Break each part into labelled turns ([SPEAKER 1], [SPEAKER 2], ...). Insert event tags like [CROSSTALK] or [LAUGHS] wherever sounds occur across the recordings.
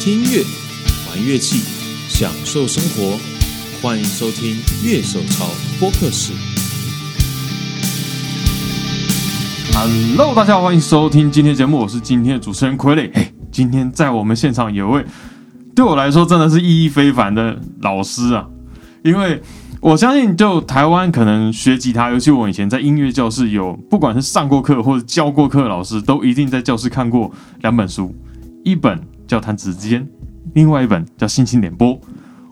[SPEAKER 1] 听乐、玩乐器、享受生活，欢迎收听《乐手潮播客室》。
[SPEAKER 2] Hello，大家好，欢迎收听今天节目，我是今天的主持人傀儡。嘿，今天在我们现场有位对我来说真的是意义非凡的老师啊，因为我相信就台湾可能学吉他，尤其我以前在音乐教室有，不管是上过课或者教过课的老师，都一定在教室看过两本书，一本叫《弹指之间》，另外一本叫《心情点播》。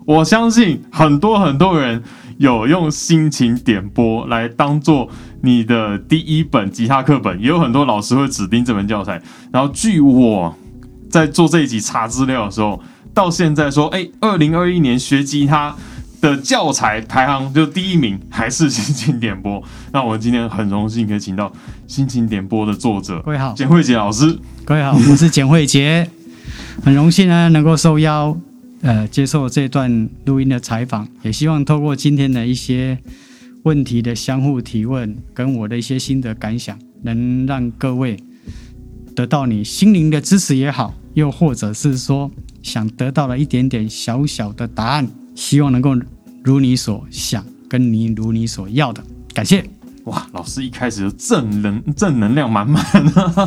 [SPEAKER 2] 我相信很多很多人有用心情点播来当做你的第一本吉他课本，也有很多老师会指定这本教材。然后据我在做这一集查资料的时候，到现在说，哎，二零二一年学吉他的教材排行就第一名还是心情点播。那我们今天很荣幸可以请到心情点播的作者
[SPEAKER 3] 各位好，
[SPEAKER 2] 简慧杰老师。
[SPEAKER 3] 各位好，我是简慧杰，很荣幸呢能够受邀，呃，接受这段录音的采访，也希望透过今天的一些问题的相互提问，跟我的一些心得感想，能让各位得到你心灵的支持也好，又或者是说想得到了一点点小小的答案，希望能够如你所想，跟你如你所要的，感谢。
[SPEAKER 2] 哇，老师一开始就正能正能量满满。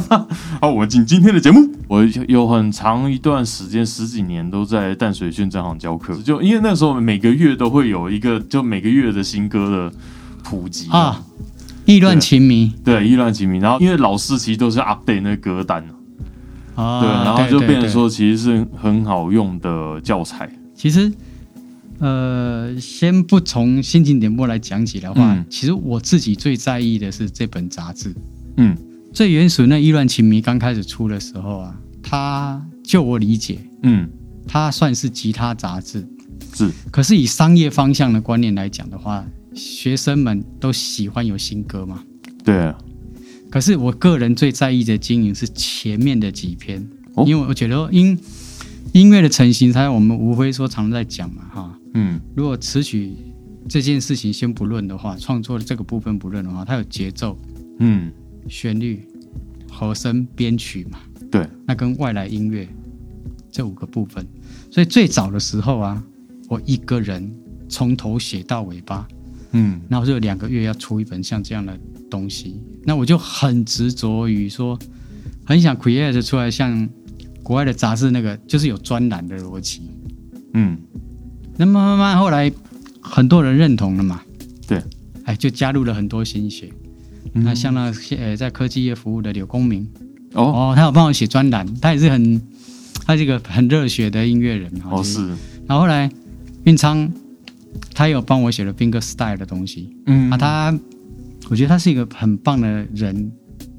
[SPEAKER 2] [LAUGHS] 好，我们进今天的节目。我有很长一段时间，十几年都在淡水县政行教课，就因为那时候每个月都会有一个，就每个月的新歌的普及
[SPEAKER 3] 啊，意乱情迷
[SPEAKER 2] 对，意乱情迷。然后因为老师其实都是 update 那个歌单，
[SPEAKER 3] 啊，
[SPEAKER 2] 对，然后
[SPEAKER 3] 对
[SPEAKER 2] 就
[SPEAKER 3] 对
[SPEAKER 2] 变成
[SPEAKER 3] 对
[SPEAKER 2] 说其实是很好用的教材。
[SPEAKER 3] 其实，呃，先不从心情点播来讲起的话，
[SPEAKER 2] 嗯
[SPEAKER 3] 其实我自己最在意的是这本杂志。
[SPEAKER 2] 嗯
[SPEAKER 3] 最原始那《意乱情迷》刚开始出的时候啊，它就我理解，
[SPEAKER 2] 嗯，
[SPEAKER 3] 它算是吉他杂志。
[SPEAKER 2] 是
[SPEAKER 3] 可是以商业方向的观念来讲的话，学生们都喜欢有新歌嘛。
[SPEAKER 2] 对，
[SPEAKER 3] 可是我个人最在意的经营是前面的几篇，
[SPEAKER 2] 哦
[SPEAKER 3] 因为我觉得音音乐的成型，才我们吴辉说常在讲嘛，哈，
[SPEAKER 2] 嗯
[SPEAKER 3] 如果词曲这件事情先不论的话，创作的这个部分不论的话，它有节奏、
[SPEAKER 2] 嗯，
[SPEAKER 3] 旋律、和声、编曲嘛，
[SPEAKER 2] 对，
[SPEAKER 3] 那跟外来音乐这五个部分。所以最早的时候啊，我一个人从头写到尾巴，
[SPEAKER 2] 嗯
[SPEAKER 3] 然后就有两个月要出一本像这样的东西，那我就很执着于说，很想 create 出来像国外的杂志那个，就是有专栏的逻辑。
[SPEAKER 2] 嗯，
[SPEAKER 3] 那么慢慢后来，很多人认同了嘛，
[SPEAKER 2] 对，
[SPEAKER 3] 哎，就加入了很多心血。
[SPEAKER 2] 嗯
[SPEAKER 3] 那像那些呃在科技业服务的柳公明，
[SPEAKER 2] 哦
[SPEAKER 3] 哦，他有帮我写专栏，他也是很，他是一个很热血的音乐人哈
[SPEAKER 2] 哦
[SPEAKER 3] 其实
[SPEAKER 2] 是，
[SPEAKER 3] 然后后来运昌，他也有帮我写了 Finger Style 的东西，
[SPEAKER 2] 嗯
[SPEAKER 3] 啊，他，我觉得他是一个很棒的人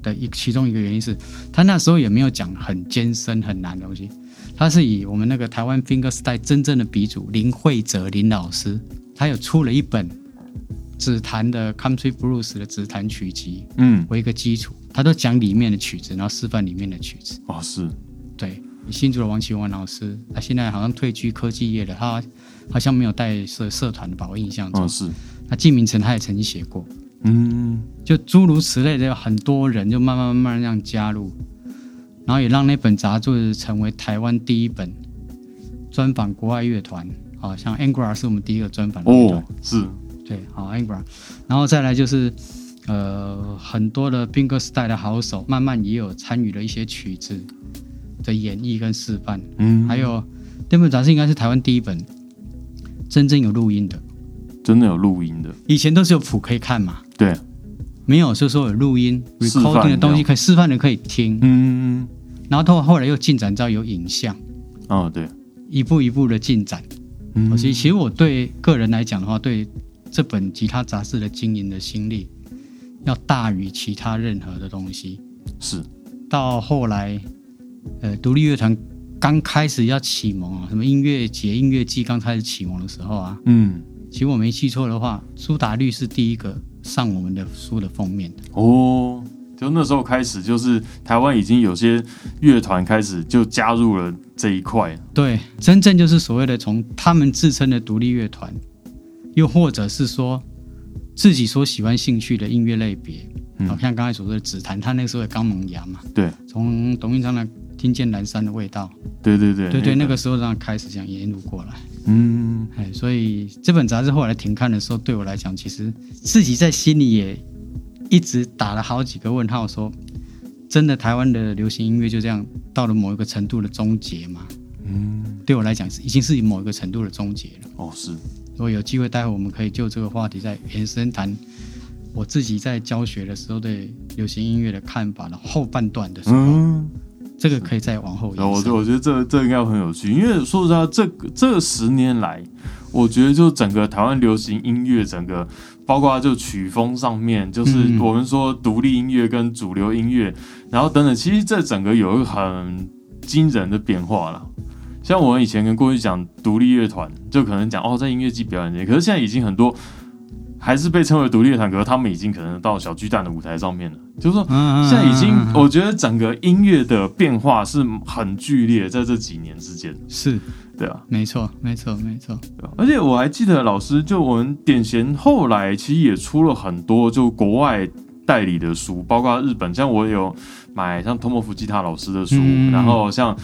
[SPEAKER 3] 的一其中一个原因是，他那时候也没有讲很艰深很难的东西，他是以我们那个台湾 finger style 真正的鼻祖林慧哲林老师，他有出了一本指弹的 country blues 的指弹曲集
[SPEAKER 2] 嗯
[SPEAKER 3] 为一个基础，他都讲里面的曲子，然后示范里面的曲子。
[SPEAKER 2] 哦是，
[SPEAKER 3] 对，新竹的王启文老师，他现在好像退居科技业了，他好像没有带社社团的吧，我印象中。
[SPEAKER 2] 哦是，
[SPEAKER 3] 那季明成他也曾经写过。
[SPEAKER 2] 嗯。
[SPEAKER 3] 就诸如此类的很多人就慢慢慢慢这样加入，然后也让那本杂志成为台湾第一本专访国外乐团。好、像 Angra 是我们第一个专访的乐团，
[SPEAKER 2] 哦，是，
[SPEAKER 3] 对，啊好 Angra，然后再来就是呃很多的 Bingo Style 的好手，慢慢也有参与了一些曲子的演绎跟示范，
[SPEAKER 2] 嗯，
[SPEAKER 3] 还有那本杂志应该是台湾第一本真正有录音的，
[SPEAKER 2] 真的有录音的，
[SPEAKER 3] 以前都是有谱可以看嘛，
[SPEAKER 2] 对，
[SPEAKER 3] 没有，就是说有录音
[SPEAKER 2] 示范
[SPEAKER 3] recording 的东
[SPEAKER 2] 这
[SPEAKER 3] 西
[SPEAKER 2] 样
[SPEAKER 3] 可以示范的可以听，
[SPEAKER 2] 嗯，
[SPEAKER 3] 然后到后来又进展到有影像，
[SPEAKER 2] 哦，对，
[SPEAKER 3] 一步一步的进展。
[SPEAKER 2] 嗯
[SPEAKER 3] 所以其实我对个人来讲的话，对这本吉他杂志的经营的心力，要大于其他任何的东西。
[SPEAKER 2] 是，
[SPEAKER 3] 到后来，呃，独立乐团刚开始要启蒙啊，什么音乐节、音乐季刚开始启蒙的时候啊，
[SPEAKER 2] 嗯，
[SPEAKER 3] 其实我没记错的话，苏打绿是第一个上我们的书的封面的。
[SPEAKER 2] 哦，就那时候开始，就是台湾已经有些乐团开始就加入了这一块，
[SPEAKER 3] 对，真正就是所谓的从他们自称的独立乐团，又或者是说自己所喜欢兴趣的音乐类别，好、
[SPEAKER 2] 嗯
[SPEAKER 3] 像刚才所说的指弹，他那时候也刚萌芽嘛。
[SPEAKER 2] 对，
[SPEAKER 3] 从董运昌的听见蓝山的味道。
[SPEAKER 2] 对对对，
[SPEAKER 3] 对对，那个时候让开始这样沿路过来。
[SPEAKER 2] 嗯，
[SPEAKER 3] 哎，所以这本杂志后来停刊的时候，对我来讲，其实自己在心里也一直打了好几个问号说，真的台湾的流行音乐就这样到了某一个程度的终结吗？嗯，对我来讲是已经是某一个程度的终结了。
[SPEAKER 2] 哦是，
[SPEAKER 3] 如果有机会，待会我们可以就这个话题再延伸谈我自己在教学的时候对流行音乐的看法的后半段的时候，
[SPEAKER 2] 嗯，
[SPEAKER 3] 这个可以再往后
[SPEAKER 2] 然后嗯
[SPEAKER 3] 延
[SPEAKER 2] 我
[SPEAKER 3] 伸
[SPEAKER 2] 就。我觉得这这应该很有趣，因为说实话，这个这十年来，我觉得就整个台湾流行音乐，整个包括就曲风上面，就是
[SPEAKER 3] 嗯
[SPEAKER 2] 我们说独立音乐跟主流音乐，然后等等，其实这整个有一个很惊人的变化了。像我们以前跟过去讲独立乐团，就可能讲哦，在音乐季表演这些，可是现在已经很多还是被称为独立乐团，可是他们已经可能到小巨蛋的舞台上面了，就是说
[SPEAKER 3] 嗯
[SPEAKER 2] 现在已经
[SPEAKER 3] 嗯嗯，嗯嗯
[SPEAKER 2] 我觉得整个音乐的变化是很剧烈，在这几年之间，
[SPEAKER 3] 是
[SPEAKER 2] 对啊，
[SPEAKER 3] 没错，没错，没错。
[SPEAKER 2] 对啊。而且我还记得老师，就我们典贤后来其实也出了很多就国外代理的书，包括日本，像我有买像托莫夫吉他老师的书，
[SPEAKER 3] 嗯
[SPEAKER 2] 然后像。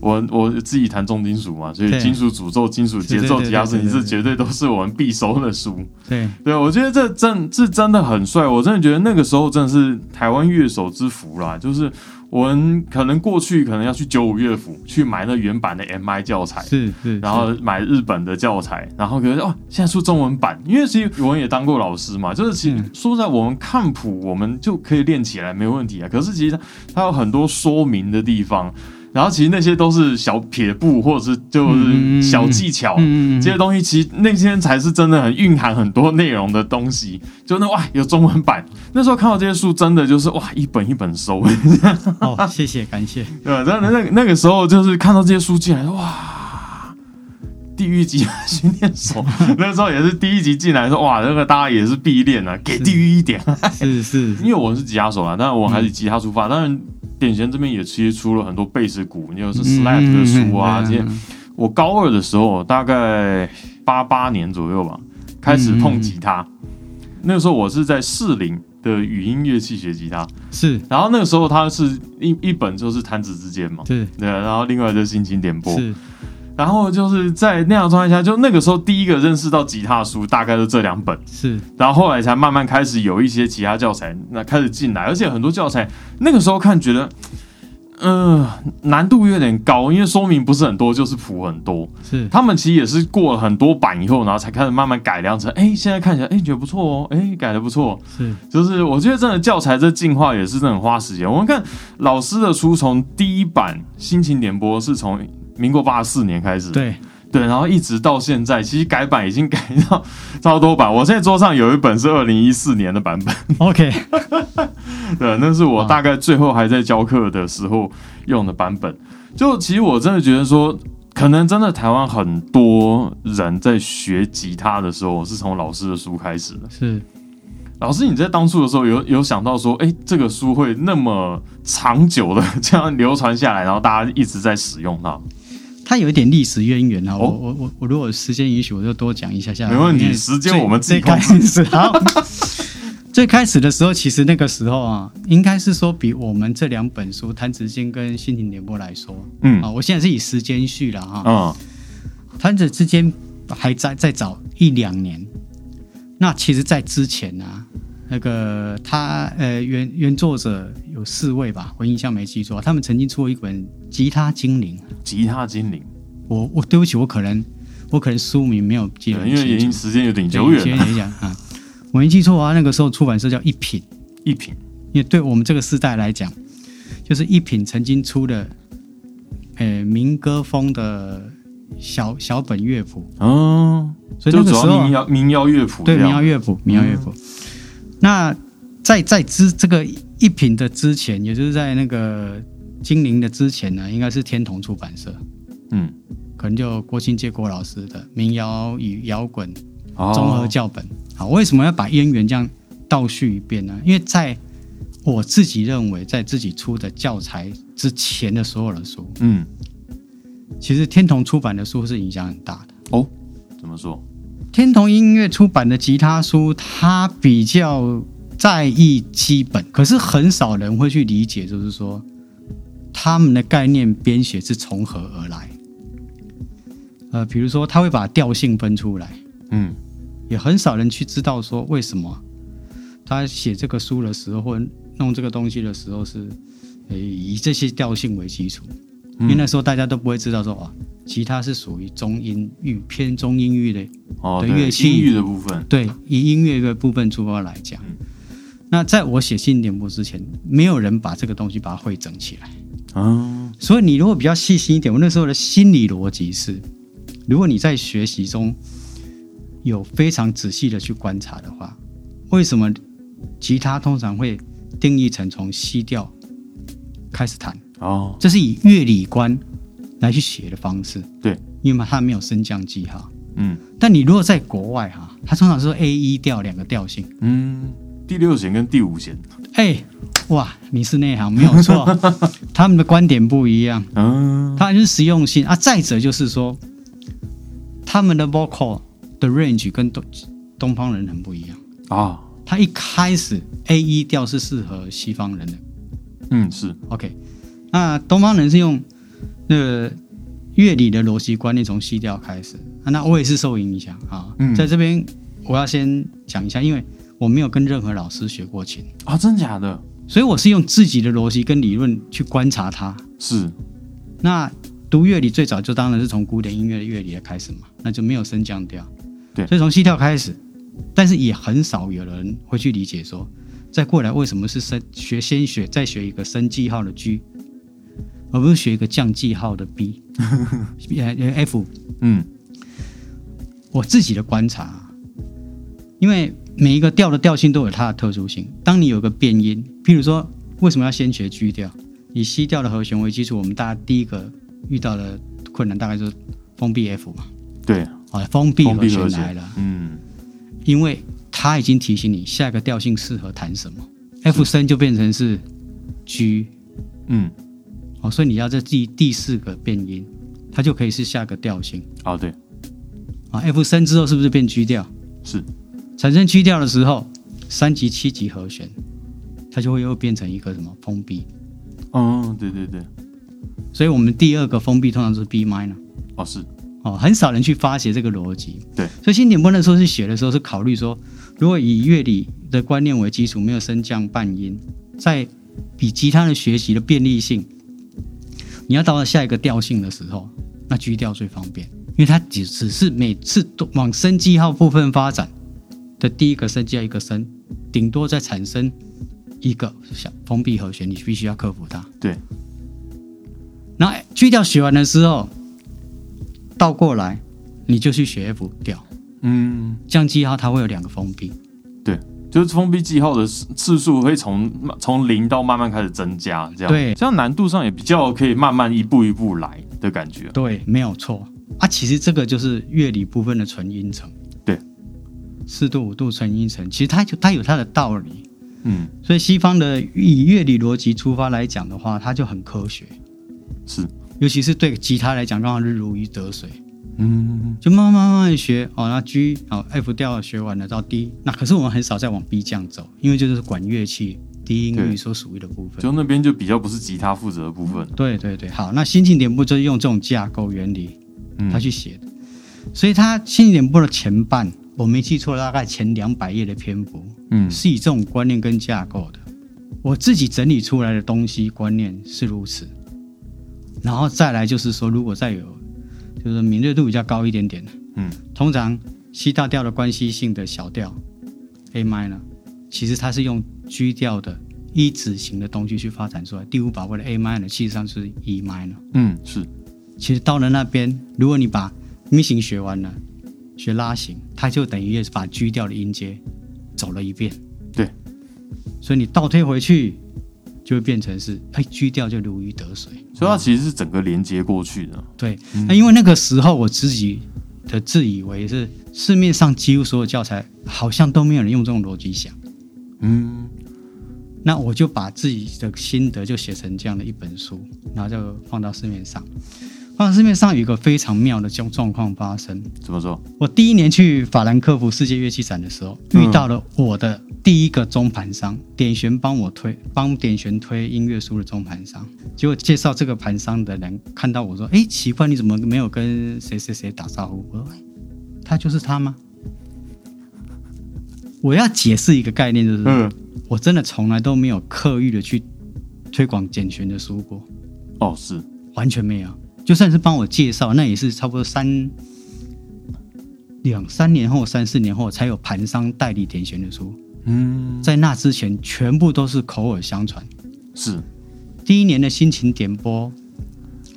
[SPEAKER 2] 我我自己弹重金属嘛，所以
[SPEAKER 3] 对
[SPEAKER 2] 金属诅咒、金属节奏、
[SPEAKER 3] 对对对
[SPEAKER 2] 吉他声，
[SPEAKER 3] 对对
[SPEAKER 2] 这
[SPEAKER 3] 对
[SPEAKER 2] 绝对都是我们必收的书。
[SPEAKER 3] 对，
[SPEAKER 2] 对，我觉得这真是真的很帅，我真的觉得那个时候真的是台湾乐手之福啦。就是我们可能过去可能要去九五乐府去买那原版的 MI 教材，
[SPEAKER 3] 是是。
[SPEAKER 2] 然后买日本的教材，然后可能哦现在出中文版，因为其实我们也当过老师嘛，就是其实
[SPEAKER 3] 嗯
[SPEAKER 2] 说实在我们看谱我们就可以练起来没问题啊，可是其实它它有很多说明的地方，然后其实那些都是小撇步或者是就是
[SPEAKER 3] 嗯
[SPEAKER 2] 小技巧，
[SPEAKER 3] 嗯，嗯嗯
[SPEAKER 2] 这些东西其实那些才是真的很蕴含很多内容的东西，就那哇有中文版，那时候看到这些书真的就是哇一本一本收，
[SPEAKER 3] 哦，谢谢，感谢。
[SPEAKER 2] 对吧？那那那个时候就是看到这些书进来，哇，地狱级训练手，那时候也是第一集进来说哇，这个大家也是必练啊，给地狱一点，
[SPEAKER 3] 是是，
[SPEAKER 2] 因为我是吉他手啦，啊但我还是以吉他出发，当然。典贤这边也其实出了很多贝斯鼓，你有是
[SPEAKER 3] 嗯
[SPEAKER 2] slap 的书啊，这些我高二的时候，大概八八年左右吧，开始碰吉他。那个时候我是在士林的语音乐器学吉他，
[SPEAKER 3] 是
[SPEAKER 2] 然后那个时候它是一一本就是弹指之间嘛，
[SPEAKER 3] 是
[SPEAKER 2] 对，啊然后另外就是心情点播，
[SPEAKER 3] 是，
[SPEAKER 2] 然后就是在那样的状态下，就那个时候第一个认识到吉他的书大概就这两本，
[SPEAKER 3] 是
[SPEAKER 2] 然后后来才慢慢开始有一些其他教材那开始进来，而且很多教材那个时候看觉得，嗯、难度有点高，因为说明不是很多，就是谱很多，
[SPEAKER 3] 是
[SPEAKER 2] 他们其实也是过了很多版以后，然后才开始慢慢改良成，哎，现在看起来，哎，觉得不错哦，哎，改的不错。
[SPEAKER 3] 是，
[SPEAKER 2] 就是我觉得真的教材这进化也是真的很花时间。我们看老师的书，从第一版《心情点播》是从民国八四年开始，
[SPEAKER 3] 对，
[SPEAKER 2] 对，然后一直到现在，其实改版已经改到 [LAUGHS] 超多版。我现在桌上有一本是二零一四年的版本， [LAUGHS]
[SPEAKER 3] OK，
[SPEAKER 2] 对，那是我
[SPEAKER 3] 哇
[SPEAKER 2] 大概最后还在教课的时候用的版本。就其实我真的觉得说，可能真的台湾很多人在学吉他的时候，是从老师的书开始的。
[SPEAKER 3] 是
[SPEAKER 2] 老师，你在当初的时候有有想到说，哎，这个书会那么长久的 [LAUGHS] 这样流传下来，然后大家一直在使用它？
[SPEAKER 3] 它有一点历史渊源啊。我
[SPEAKER 2] 哦
[SPEAKER 3] 我我我如果时间允许，我就多讲一下下。
[SPEAKER 2] 没问题
[SPEAKER 3] 因为
[SPEAKER 2] 时间
[SPEAKER 3] 最
[SPEAKER 2] 我们自己
[SPEAKER 3] 最
[SPEAKER 2] 控
[SPEAKER 3] 开始好。 [LAUGHS] 最开始的时候，其实那个时候啊，应该是说比我们这两本书《弹指间》跟《心情联播》来说
[SPEAKER 2] 嗯
[SPEAKER 3] 啊，我现在是以时间序了哈。
[SPEAKER 2] 嗯
[SPEAKER 3] 弹指之间还在再早一两年。那其实，在之前啊，那个他呃原原作者有四位吧，我印象没记错，他们曾经出过一本《吉他精灵》。
[SPEAKER 2] 吉他精灵，
[SPEAKER 3] 我我对不起，我可能我可能书名没有记
[SPEAKER 2] 对
[SPEAKER 3] 得，很
[SPEAKER 2] 因为已
[SPEAKER 3] 清
[SPEAKER 2] 经
[SPEAKER 3] 楚。
[SPEAKER 2] 时间有点久远了，
[SPEAKER 3] 先讲啊，我没记错啊，那个时候出版社叫一品，
[SPEAKER 2] 一品
[SPEAKER 3] 因为对我们这个世代来讲，就是一品曾经出的，呃民歌风的小小本乐谱，
[SPEAKER 2] 嗯，
[SPEAKER 3] 所以
[SPEAKER 2] 就
[SPEAKER 3] 那个
[SPEAKER 2] 主
[SPEAKER 3] 时
[SPEAKER 2] 要
[SPEAKER 3] 候啊、
[SPEAKER 2] 民谣民谣乐谱
[SPEAKER 3] 对
[SPEAKER 2] 这
[SPEAKER 3] 民谣
[SPEAKER 2] 样，嗯
[SPEAKER 3] 乐谱，民谣乐谱。那在在之这个一品的之前，也就是在那个精灵的之前呢，应该是天童出版社，
[SPEAKER 2] 嗯，
[SPEAKER 3] 可能就郭庆介郭老师的民谣与摇滚
[SPEAKER 2] 哦
[SPEAKER 3] 综合教本。好，为什么要把渊源这样倒叙一遍呢？因为在我自己认为，在自己出的教材之前的所有的书，
[SPEAKER 2] 嗯，
[SPEAKER 3] 其实天童出版的书是影响很大的。
[SPEAKER 2] 哦，怎么说？
[SPEAKER 3] 天童音乐出版的吉他书，它比较在意基本，可是很少人会去理解，就是说他们的概念编写是从何而来。呃，比如说他会把调性分出来，
[SPEAKER 2] 嗯，
[SPEAKER 3] 也很少人去知道说为什么他写这个书的时候或弄这个东西的时候是，呃，以这些调性为基础，因为那时候大家都不会知道说啊，吉他是属于中音域偏中音域的
[SPEAKER 2] 哦，
[SPEAKER 3] 对
[SPEAKER 2] 对，
[SPEAKER 3] 乐器
[SPEAKER 2] 音域的部分，
[SPEAKER 3] 对，以音乐的部分出发来讲，那在我写信点播之前，没有人把这个东西把它汇整起来。
[SPEAKER 2] 嗯，
[SPEAKER 3] 所以你如果比较细心一点，我那时候的心理逻辑是，如果你在学习中有非常仔细的去观察的话，为什么吉他通常会定义成从西调开始弹？
[SPEAKER 2] 哦，
[SPEAKER 3] 这是以乐理观来去写的方式。
[SPEAKER 2] 对，
[SPEAKER 3] 因为它没有升降记号。
[SPEAKER 2] 嗯
[SPEAKER 3] 但你如果在国外哈、它通常是 A 一调两个调性。
[SPEAKER 2] 嗯，第六弦跟第五弦，
[SPEAKER 3] 哎、哇，你是内行没有错，他们的观点不一样，
[SPEAKER 2] 嗯，
[SPEAKER 3] 他就是实用性啊。再者就是说，他们的 vocal 的 range 跟东东方人很不一样。
[SPEAKER 2] 啊，
[SPEAKER 3] 他一开始 A 一调是适合西方人的
[SPEAKER 2] 嗯，是，
[SPEAKER 3] ，OK，那东方人是用那个乐理的逻辑观念从西调开始、啊那我也是受影响啊。
[SPEAKER 2] 嗯
[SPEAKER 3] 在这边我要先讲一下，因为我没有跟任何老师学过琴。
[SPEAKER 2] 啊，真假的，
[SPEAKER 3] 所以我是用自己的逻辑跟理论去观察它。
[SPEAKER 2] 是，
[SPEAKER 3] 那读乐理最早就当然是从古典音乐的乐理来开始嘛，那就没有升降调。
[SPEAKER 2] 对
[SPEAKER 3] 所以从西调开始，但是也很少有人会去理解说，再过来为什么是升学先学再学一个升记号的 G，而不是学一个降记号的 B，呃呃 F。
[SPEAKER 2] 嗯，
[SPEAKER 3] 我自己的观察啊，因为每一个调的调性都有它的特殊性。当你有个变音，譬如说，为什么要先学 G 调？以 C 调的和弦为基础，我们大家第一个遇到的困难大概就是封闭 F 嘛，
[SPEAKER 2] 对，
[SPEAKER 3] 啊，封闭
[SPEAKER 2] 封
[SPEAKER 3] 和
[SPEAKER 2] 闭和
[SPEAKER 3] 弦
[SPEAKER 2] 弦
[SPEAKER 3] 来了，
[SPEAKER 2] 嗯，
[SPEAKER 3] 因为它已经提醒你下一个调性适合弹什么，F 升就变成是 G
[SPEAKER 2] 嗯，
[SPEAKER 3] 哦，所以你要在第第四个变音，它就可以是下个调性
[SPEAKER 2] 哦，对，
[SPEAKER 3] 啊，F 升之后是不是变 G 调？
[SPEAKER 2] 是，
[SPEAKER 3] 产生曲调的时候，三级、七级和弦，它就会又变成一个什么封闭。
[SPEAKER 2] 嗯，对对对，
[SPEAKER 3] 所以我们第二个封闭通常是 B minor
[SPEAKER 2] 哦，是，
[SPEAKER 3] 哦，很少人去发写这个逻辑。
[SPEAKER 2] 对，
[SPEAKER 3] 所以新点播的时候是写的时候是考虑说，如果以乐理的观念为基础，没有升降半音，在比吉他的学习的便利性，你要到了下一个调性的时候，那 G 调最方便，因为它只只是每次都往升记号部分发展的第一个升记号一个升，顶多再产生一个小封闭和弦，你必须要克服它。
[SPEAKER 2] 对，
[SPEAKER 3] 然后 G 调学完了之后，倒过来你就去学 F 调，
[SPEAKER 2] 嗯。
[SPEAKER 3] 这样记号它会有两个封闭。
[SPEAKER 2] 对，就是封闭记号的次次数会从从零到慢慢开始增加，这样
[SPEAKER 3] 对
[SPEAKER 2] 这样难度上也比较可以慢慢一步一步来的感觉。
[SPEAKER 3] 对，没有错啊。其实这个就是乐理部分的纯音程。
[SPEAKER 2] 对，
[SPEAKER 3] 四度五度纯音程，其实它就它有它的道理。
[SPEAKER 2] 嗯，
[SPEAKER 3] 所以西方的以乐理逻辑出发来讲的话，它就很科学，
[SPEAKER 2] 是，
[SPEAKER 3] 尤其是对吉他来讲，刚好是如鱼得水，
[SPEAKER 2] 嗯，
[SPEAKER 3] 就慢慢慢慢地学哦。那 G 哦 F 调学完了到 D，那可是我们很少再往 B 降走，因为这就是管乐器低音
[SPEAKER 2] 对
[SPEAKER 3] 域所属于的部分。
[SPEAKER 2] 就那边就比较不是吉他负责的部分了。
[SPEAKER 3] 对对对，好，那心情点播就是用这种架构原理，
[SPEAKER 2] 嗯
[SPEAKER 3] 他去写的，所以他心情点播的前半，我没记错，大概前两百页的篇幅
[SPEAKER 2] 嗯
[SPEAKER 3] 是以这种观念跟架构的。我自己整理出来的东西观念是如此，然后再来就是说，如果再有就是敏锐度比较高一点点的，
[SPEAKER 2] 嗯，
[SPEAKER 3] 通常西大调的关系性的小调 A minor，其实它是用 G 调的一指型的东西去发展出来。第五把位的 A minor 其实上是 E minor。
[SPEAKER 2] 嗯，是，
[SPEAKER 3] 其实到了那边，如果你把咪型学完了，学拉型，它就等于也是把 G 调的音阶走了一遍。
[SPEAKER 2] 对，
[SPEAKER 3] 所以你倒推回去，就会变成是哎 G 调就如鱼得水。
[SPEAKER 2] 所以它其实是整个连接过去的。啊
[SPEAKER 3] 对，那因为那个时候我自己的自以为是，市面上几乎所有教材好像都没有人用这种逻辑想，
[SPEAKER 2] 嗯，
[SPEAKER 3] 那我就把自己的心得就写成这样的一本书，然后就放到市面上。啊，市面上有一个非常妙的状状况发生。
[SPEAKER 2] 怎么说？
[SPEAKER 3] 我第一年去法兰克福世界乐器展的时候，
[SPEAKER 2] 嗯
[SPEAKER 3] 遇到了我的第一个中盘商，点旋帮我推，帮点旋推音乐书的中盘商。结果介绍这个盘商的人看到我说：“哎，奇怪，你怎么没有跟谁谁谁打招呼？”我说哎：“他就是他吗？”我要解释一个概念，就是、
[SPEAKER 2] 嗯，
[SPEAKER 3] 我真的从来都没有刻意的去推广简旋的书过。
[SPEAKER 2] 哦，是，
[SPEAKER 3] 完全没有。就算是帮我介绍，那也是差不多三两三年后、三四年后才有盘商代理点选的书，
[SPEAKER 2] 嗯，
[SPEAKER 3] 在那之前全部都是口耳相传。
[SPEAKER 2] 是，
[SPEAKER 3] 第一年的心情点播，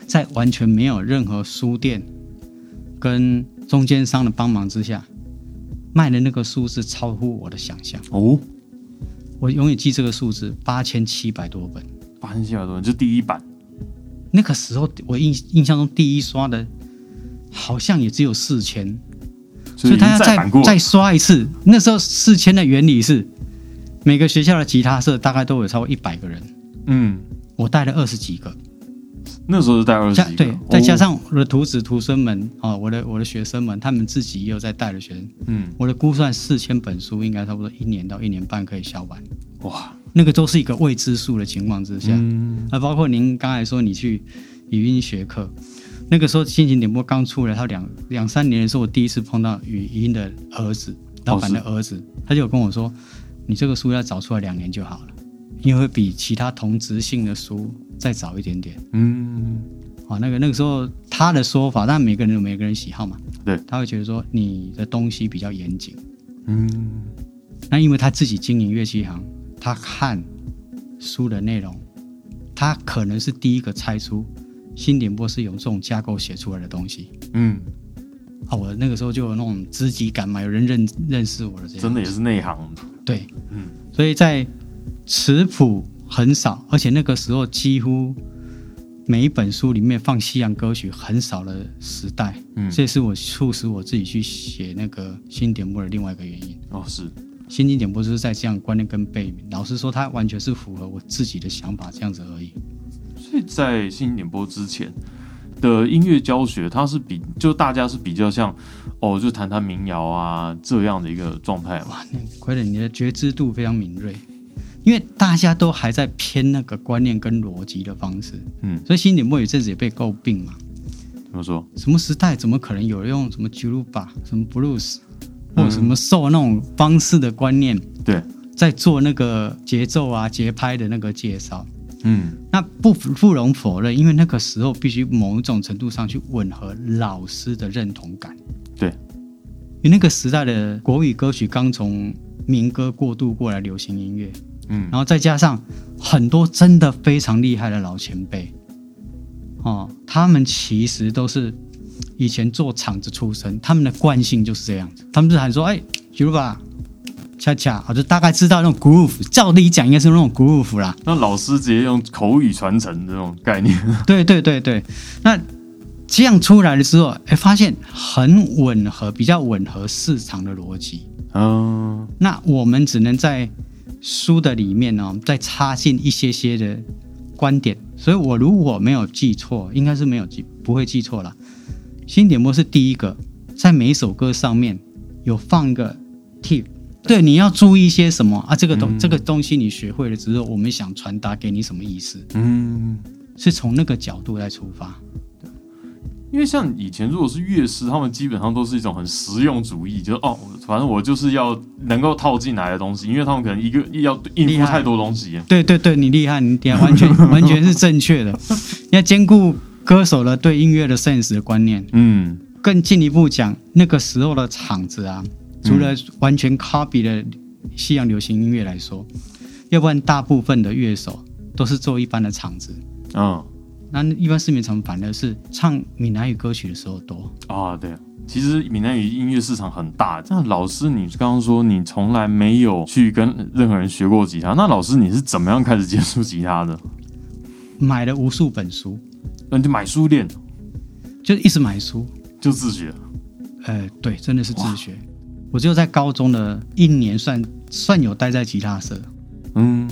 [SPEAKER 3] 在完全没有任何书店跟中间商的帮忙之下，卖的那个数字超乎我的想象。
[SPEAKER 2] 哦，
[SPEAKER 3] 我永远记这个数字，八千七百多本。
[SPEAKER 2] 八千七百多人，就第一版，
[SPEAKER 3] 那个时候我印印象中第一刷的，好像也只有四千。所
[SPEAKER 2] 已
[SPEAKER 3] 以他
[SPEAKER 2] 经
[SPEAKER 3] 要
[SPEAKER 2] 再
[SPEAKER 3] 再
[SPEAKER 2] 版过了，
[SPEAKER 3] 再刷一次。那时候四千的原理是，每个学校的吉他社大概都有超过一百个人，
[SPEAKER 2] 嗯，
[SPEAKER 3] 我带了二十几个，
[SPEAKER 2] 那时候是带二十
[SPEAKER 3] 加
[SPEAKER 2] 几个，
[SPEAKER 3] 对，再
[SPEAKER 2] 哦
[SPEAKER 3] 加，上我的徒子徒孙们啊、哦我的我的学生们，他们自己也有在带的学生，
[SPEAKER 2] 嗯，
[SPEAKER 3] 我的估算四千本书应该差不多一年到一年半可以销完，
[SPEAKER 2] 哇，
[SPEAKER 3] 那个都是一个未知数的情况之下，
[SPEAKER 2] 嗯，
[SPEAKER 3] 啊，包括您刚才说你去语音学课，那个时候心情点播刚出来，他两两三年的时候，我第一次碰到语音的儿子，老板的儿子，他就有跟我说，你这个书要早出来两年就好了，因为会比其他同质性的书再早一点点。
[SPEAKER 2] 嗯，
[SPEAKER 3] 啊，那个那个时候他的说法，但每个人有每个人喜好嘛，
[SPEAKER 2] 对，
[SPEAKER 3] 他会觉得说你的东西比较严谨。
[SPEAKER 2] 嗯，
[SPEAKER 3] 那因为他自己经营乐器行，他看书的内容，他可能是第一个猜出新点播是由这种架构写出来的东西
[SPEAKER 2] 嗯，
[SPEAKER 3] 啊。我那个时候就有那种知己感嘛，有人认认识我了，这样
[SPEAKER 2] 真的也是内行，
[SPEAKER 3] 对，
[SPEAKER 2] 嗯，
[SPEAKER 3] 所以在词谱很少，而且那个时候几乎每一本书里面放西洋歌曲很少的时代，
[SPEAKER 2] 嗯
[SPEAKER 3] 这也是我促使我自己去写那个新点播的另外一个原因。
[SPEAKER 2] 哦，是，
[SPEAKER 3] 新经典播就是在这样观念跟背面。老实说，它完全是符合我自己的想法这样子而已。
[SPEAKER 2] 所以在新点播之前的音乐教学，它是比就大家是比较像哦，就弹弹民谣啊这样的一个状态嘛。
[SPEAKER 3] 哇，那亏啊了你的觉知度非常敏锐，因为大家都还在偏那个观念跟逻辑的方式，
[SPEAKER 2] 嗯，
[SPEAKER 3] 所以新经典播有一阵子也被诟病嘛。
[SPEAKER 2] 怎么说？
[SPEAKER 3] 什么时代怎么可能有人用什么 j u r b a 什么 blues 或者什么 soul 那种方式的观念，
[SPEAKER 2] 对，
[SPEAKER 3] 在做那个节奏啊节拍的那个介绍？
[SPEAKER 2] 嗯，
[SPEAKER 3] 那不不容否认，因为那个时候必须某一种程度上去吻合老师的认同感。
[SPEAKER 2] 对，
[SPEAKER 3] 因为那个时代的国语歌曲刚从民歌过渡过来流行音乐，
[SPEAKER 2] 嗯
[SPEAKER 3] 然后再加上很多真的非常厉害的老前辈，哦，他们其实都是以前做厂子出身，他们的惯性就是这样子。他们就喊说：“哎，举如吧，恰恰，哦我就大概知道那种 groove。照理讲应该是那种 groove 啦。
[SPEAKER 2] 那老师直接用口语传承这种概念， [LAUGHS]
[SPEAKER 3] 对对对对，那这样出来了之后，哎，发现很吻合，比较吻合市场的逻辑。
[SPEAKER 2] 嗯，
[SPEAKER 3] 那我们只能在书的里面呢、再插进一些些的观点。所以我如果没有记错，应该是没有记，不会记错了。新点播是第一个，在每一首歌上面有放一个 tip。对，你要注意一些什么啊？这个东、
[SPEAKER 2] 嗯
[SPEAKER 3] 这个东西你学会了之后，我们想传达给你什么意思？
[SPEAKER 2] 嗯，
[SPEAKER 3] 是从那个角度来出发。
[SPEAKER 2] 因为像以前如果是乐师，他们基本上都是一种很实用主义，就是哦，反正我就是要能够套进来的东西，因为他们可能一个要应
[SPEAKER 3] 厉
[SPEAKER 2] 付
[SPEAKER 3] 害
[SPEAKER 2] 太多东西，
[SPEAKER 3] 对对对，你厉害，你厉害，完全 [LAUGHS] 完全是正确的。要兼顾歌手的对音乐的 sense 的观念，
[SPEAKER 2] 嗯，
[SPEAKER 3] 更进一步讲，那个时候的场子啊，除了完全 copy 的西洋流行音乐来说，要不然大部分的乐手都是做一般的场子。
[SPEAKER 2] 嗯。
[SPEAKER 3] 那一般市面上反而是唱闽南语歌曲的时候多，
[SPEAKER 2] 啊，对，其实闽南语音乐市场很大。那老师，你刚刚说你从来没有去跟任何人学过吉他，那老师你是怎么样开始接触吉他的？
[SPEAKER 3] 买了无数本书，
[SPEAKER 2] 那你就买书练，
[SPEAKER 3] 就一直买书。
[SPEAKER 2] 就自学。
[SPEAKER 3] 呃，对，真的是自学。我只有在高中的一年算算有待在吉他社，
[SPEAKER 2] 嗯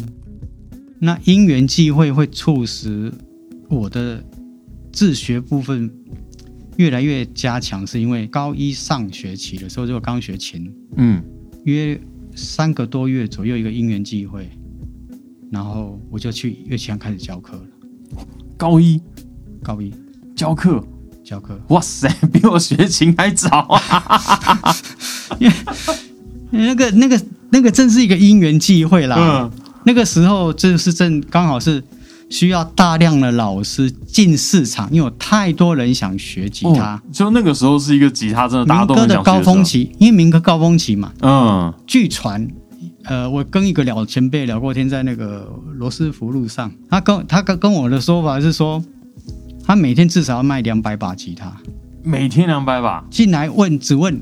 [SPEAKER 3] 那因缘际会会促使我的自学部分越来越加强，是因为高一上学期的时候就刚学琴，
[SPEAKER 2] 嗯
[SPEAKER 3] 约三个多月左右一个因缘际会，然后我就去乐器行开始教课了。
[SPEAKER 2] 高一
[SPEAKER 3] 高一
[SPEAKER 2] 教课，
[SPEAKER 3] 教课，
[SPEAKER 2] 哇塞，比我学琴还早啊！
[SPEAKER 3] 那个那个那个正是一个因缘际会啦。
[SPEAKER 2] 嗯
[SPEAKER 3] 那个时候就是正刚好是需要大量的老师进市场，因为有太多人想学吉他
[SPEAKER 2] 哦。，就那个时候是一个吉他，真的大家
[SPEAKER 3] 民
[SPEAKER 2] 都
[SPEAKER 3] 歌
[SPEAKER 2] 很
[SPEAKER 3] 的
[SPEAKER 2] 想
[SPEAKER 3] 高
[SPEAKER 2] 学
[SPEAKER 3] 峰
[SPEAKER 2] 的。
[SPEAKER 3] 期，因为民歌高峰期嘛，
[SPEAKER 2] 嗯
[SPEAKER 3] 据传，呃，我跟一个老前辈聊过天，在那个罗斯福路上，他跟他跟跟我的说法是说，他每天至少要卖两百把吉他，
[SPEAKER 2] 每天两百把，
[SPEAKER 3] 进来问只问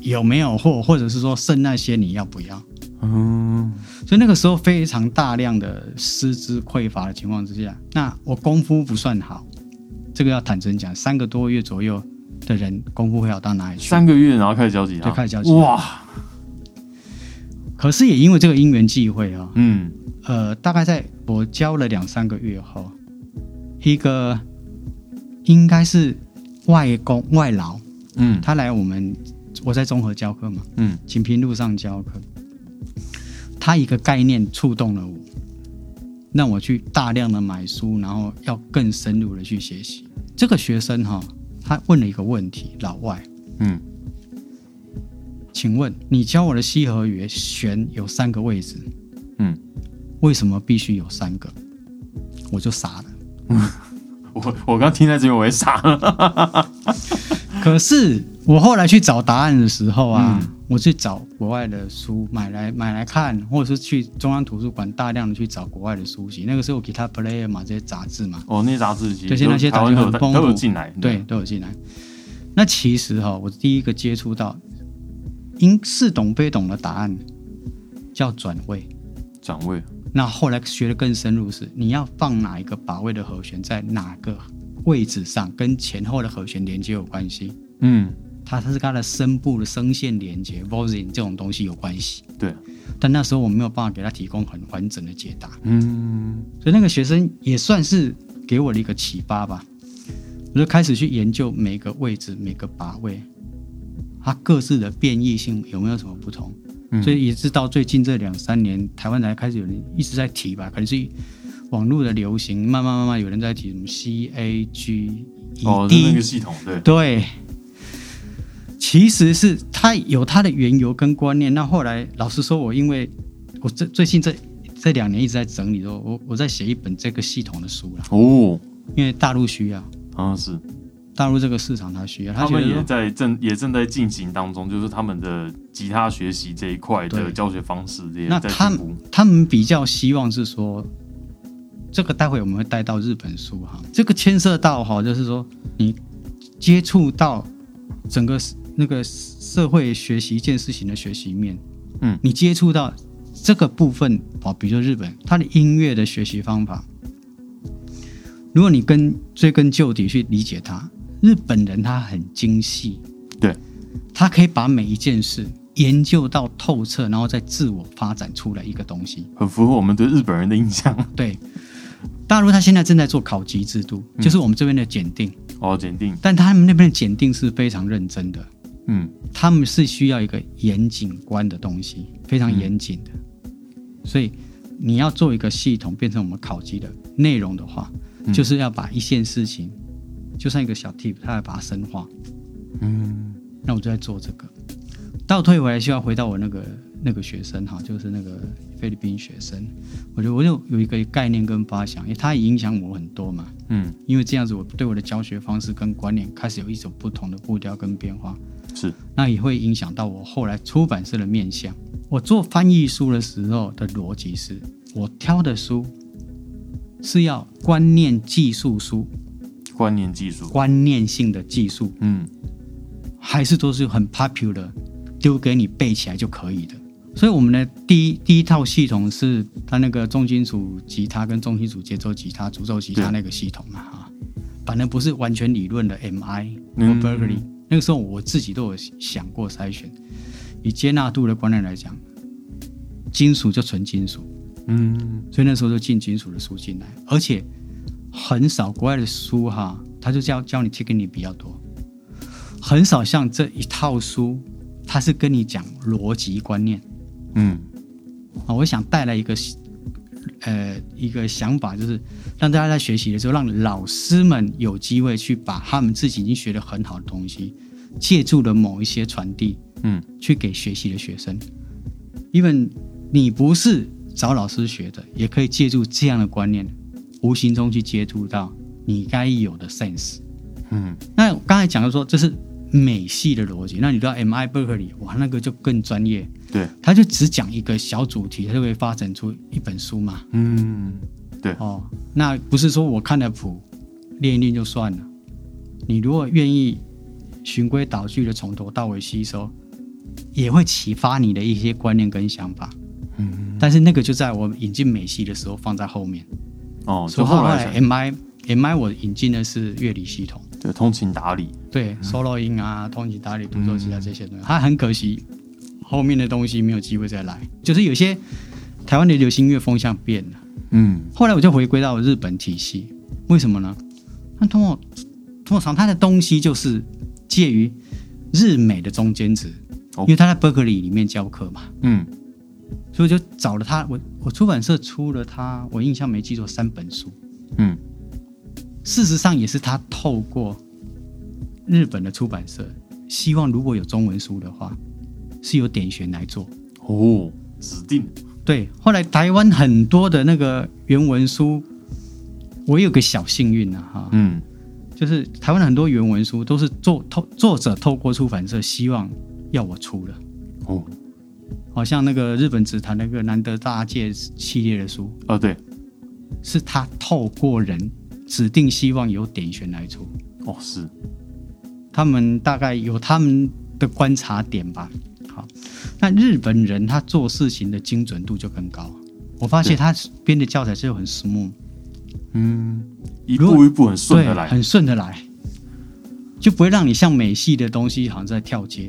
[SPEAKER 3] 有没有货，或者是说剩那些你要不要？
[SPEAKER 2] 嗯，
[SPEAKER 3] 所以那个时候非常大量的师资匮乏的情况之下，那我功夫不算好，这个要坦诚讲，三个多月左右的人功夫会好到哪里去？
[SPEAKER 2] 三个月然后开始教吉他，
[SPEAKER 3] 就开始教吉他
[SPEAKER 2] 哇，
[SPEAKER 3] 可是也因为这个因缘际会啊、
[SPEAKER 2] 嗯，
[SPEAKER 3] 呃，大概在我教了两三个月后，一个应该是外公外劳，
[SPEAKER 2] 嗯
[SPEAKER 3] 他来我们我在综合教课嘛，
[SPEAKER 2] 嗯，
[SPEAKER 3] 锦屏路上教课，他一个概念触动了我，让我去大量的买书，然后要更深入的去学习。这个学生哈、他问了一个问题，老外，
[SPEAKER 2] 嗯，
[SPEAKER 3] 请问你教我的西和弦弦有三个位置，
[SPEAKER 2] 嗯，
[SPEAKER 3] 为什么必须有三个？我就傻了。
[SPEAKER 2] 我我刚听在这边我也傻
[SPEAKER 3] [LAUGHS]
[SPEAKER 2] 了，
[SPEAKER 3] 可是我后来去找答案的时候啊，
[SPEAKER 2] 啊嗯
[SPEAKER 3] 我去找国外的书买来买来看，或者是去中央图书馆大量的去找国外的书籍。那个时候 Guitar Player 嘛，这些杂志嘛，
[SPEAKER 2] 哦，那些杂志集，
[SPEAKER 3] 对现在那些
[SPEAKER 2] 台湾都有
[SPEAKER 3] 杂志很丰富
[SPEAKER 2] 都有进来，嗯
[SPEAKER 3] 对，，都有进来。那其实哈、我第一个接触到因似懂非懂的答案叫转位。
[SPEAKER 2] 掌位，
[SPEAKER 3] 那后来学的更深入是，你要放哪一个把位的和弦在哪个位置上，跟前后的和弦连接有关系。
[SPEAKER 2] 嗯，
[SPEAKER 3] 它它是跟它的声部的声线连接 voicing 这种东西有关系。
[SPEAKER 2] 对，
[SPEAKER 3] 但那时候我没有办法给他提供很完整的解答，
[SPEAKER 2] 嗯
[SPEAKER 3] 所以那个学生也算是给我的一个启发吧。我就开始去研究每个位置、每个把位，它各自的变异性有没有什么不同。
[SPEAKER 2] 嗯，
[SPEAKER 3] 所以一直到最近这两三年，台湾才开始有人一直在提吧，可能是网络的流行，慢慢慢慢有人在提什么 C A G
[SPEAKER 2] 哦
[SPEAKER 3] E
[SPEAKER 2] 是那
[SPEAKER 3] D
[SPEAKER 2] 个系统，对，
[SPEAKER 3] 对，其实是他有他的缘由跟观念。那后来老实说，我因为我这最近这这两年一直在整理，说我我在写一本这个系统的书啦，
[SPEAKER 2] 哦，
[SPEAKER 3] 因为大陆需要，
[SPEAKER 2] 好像是，
[SPEAKER 3] 大陆这个市场它需要，
[SPEAKER 2] 他
[SPEAKER 3] 觉得
[SPEAKER 2] 们也
[SPEAKER 3] 说
[SPEAKER 2] 在正也正在进行当中，就是他们的吉他学习这一块的
[SPEAKER 3] 对
[SPEAKER 2] 教学方式也
[SPEAKER 3] 那
[SPEAKER 2] 在
[SPEAKER 3] 他
[SPEAKER 2] 进
[SPEAKER 3] 们
[SPEAKER 2] 步，
[SPEAKER 3] 他们比较希望是说，这个待会我们会带到日本书哈，这个牵涉到哈，就是说你接触到整个 s- 那个 s- 社会学习一件事情的学习面，
[SPEAKER 2] 嗯，
[SPEAKER 3] 你接触到这个部分啊，比如说日本，它的音乐的学习方法，如果你跟追根究底去理解它，日本人他很精细，
[SPEAKER 2] 对，
[SPEAKER 3] 他可以把每一件事研究到透彻，然后再自我发展出来一个东西。
[SPEAKER 2] 很符合我们对日本人的印象。
[SPEAKER 3] 对，大陆他现在正在做考级制度，就是我们这边的检定，
[SPEAKER 2] 哦，检定，
[SPEAKER 3] 但他们那边的检定是非常认真的，
[SPEAKER 2] 嗯，
[SPEAKER 3] 他们是需要一个严谨观的东西，非常严谨的。所以你要做一个系统变成我们考级的内容的话，
[SPEAKER 2] 嗯
[SPEAKER 3] 就是要把一件事情，就像一个小 tip，它要把它深化。
[SPEAKER 2] 嗯，
[SPEAKER 3] 那我就在做这个。倒退回来，需要回到我那个那个学生哈，就是那个菲律宾学生，我就我就有一个概念跟发想，因为他也影响我很多嘛。
[SPEAKER 2] 嗯，
[SPEAKER 3] 因为这样子，我对我的教学方式跟观念开始有一种不同的步调跟变化，
[SPEAKER 2] 是，
[SPEAKER 3] 那也会影响到我后来出版社的面向。我做翻译书的时候的逻辑是，我挑的书是要观念技术书，
[SPEAKER 2] 观念技术，
[SPEAKER 3] 观念性的技术
[SPEAKER 2] 嗯，
[SPEAKER 3] 还是都是很 popular，丢给你背起来就可以的。所以我们的第一第一套系统是它那个重金属吉他跟重金属节奏吉他、独奏吉他
[SPEAKER 2] 对
[SPEAKER 3] 那个系统嘛啊，反正不是完全理论的 MI 或
[SPEAKER 2] 嗯
[SPEAKER 3] Berkeley、那个时候我自己都有想过筛选，以接纳度的观念来讲，金属就纯金属，
[SPEAKER 2] 嗯，
[SPEAKER 3] 所以那时候就进金属的书进来，而且很少国外的书哈，它他就教教你 technique 比较多，很少像这一套书，他是跟你讲逻辑观念。
[SPEAKER 2] 嗯
[SPEAKER 3] 啊，我想带来一个呃一个想法，就是让大家在学习的时候，让老师们有机会去把他们自己已经学得很好的东西，借助了某一些传递，
[SPEAKER 2] 嗯，
[SPEAKER 3] 去给学习的学生。even 你不是找老师学的，也可以借助这样的观念，无形中去接触到你该有的 sense。
[SPEAKER 2] 嗯
[SPEAKER 3] 那我刚才讲的说，这是美系的逻辑。那你知道 M.I. Berkeley，哇，那个就更专业。
[SPEAKER 2] 对，
[SPEAKER 3] 他就只讲一个小主题，他就会发展出一本书嘛。
[SPEAKER 2] 嗯，
[SPEAKER 3] 哦，那不是说我看了谱练一练就算了。你如果愿意循规蹈矩的从头到尾吸收，也会启发你的一些观念跟想法。嗯，但是那个就在我引进美系的时候放在后面。
[SPEAKER 2] 哦，
[SPEAKER 3] 所
[SPEAKER 2] 就
[SPEAKER 3] 以后
[SPEAKER 2] 后来
[SPEAKER 3] 来
[SPEAKER 2] 才
[SPEAKER 3] M.I. M.I. 我引进的是乐理系统。
[SPEAKER 2] 对通情达理，
[SPEAKER 3] 对，solo 音啊、通缉打理、独奏吉他这些东西，它很可惜，后面的东西没有机会再来。就是有些台湾的流行乐风向变了，
[SPEAKER 2] 嗯
[SPEAKER 3] 后来我就回归到日本体系，为什么呢？那通过通常它的东西就是介于日美的中间值，
[SPEAKER 2] 哦
[SPEAKER 3] 因为他在 Berkeley 里面教课嘛，
[SPEAKER 2] 嗯
[SPEAKER 3] 所以我就找了他，我我出版社出了他，我印象没记错三本书，
[SPEAKER 2] 嗯
[SPEAKER 3] 事实上也是他透过日本的出版社，希望如果有中文书的话，是由点选来做。
[SPEAKER 2] 哦，指定
[SPEAKER 3] 对，后来台湾很多的那个原文书，我有个小幸运啊，哈，
[SPEAKER 2] 嗯
[SPEAKER 3] 就是台湾的很多原文书都是作透作者透过出版社希望要我出的，
[SPEAKER 2] 哦
[SPEAKER 3] 好像那个日本紫檀那个南德大界系列的书，
[SPEAKER 2] 啊对
[SPEAKER 3] 是他透过人指定希望由点选来出。
[SPEAKER 2] 哦是
[SPEAKER 3] 他们大概有他们的观察点吧。好，那日本人他做事情的精准度就更高。我发现
[SPEAKER 2] 对
[SPEAKER 3] 他编的教材是很 smooth，
[SPEAKER 2] 嗯一
[SPEAKER 3] 如果
[SPEAKER 2] 步一步很顺的
[SPEAKER 3] 对
[SPEAKER 2] 来，
[SPEAKER 3] 很顺的来，就不会让你像美系的东西好像在跳接，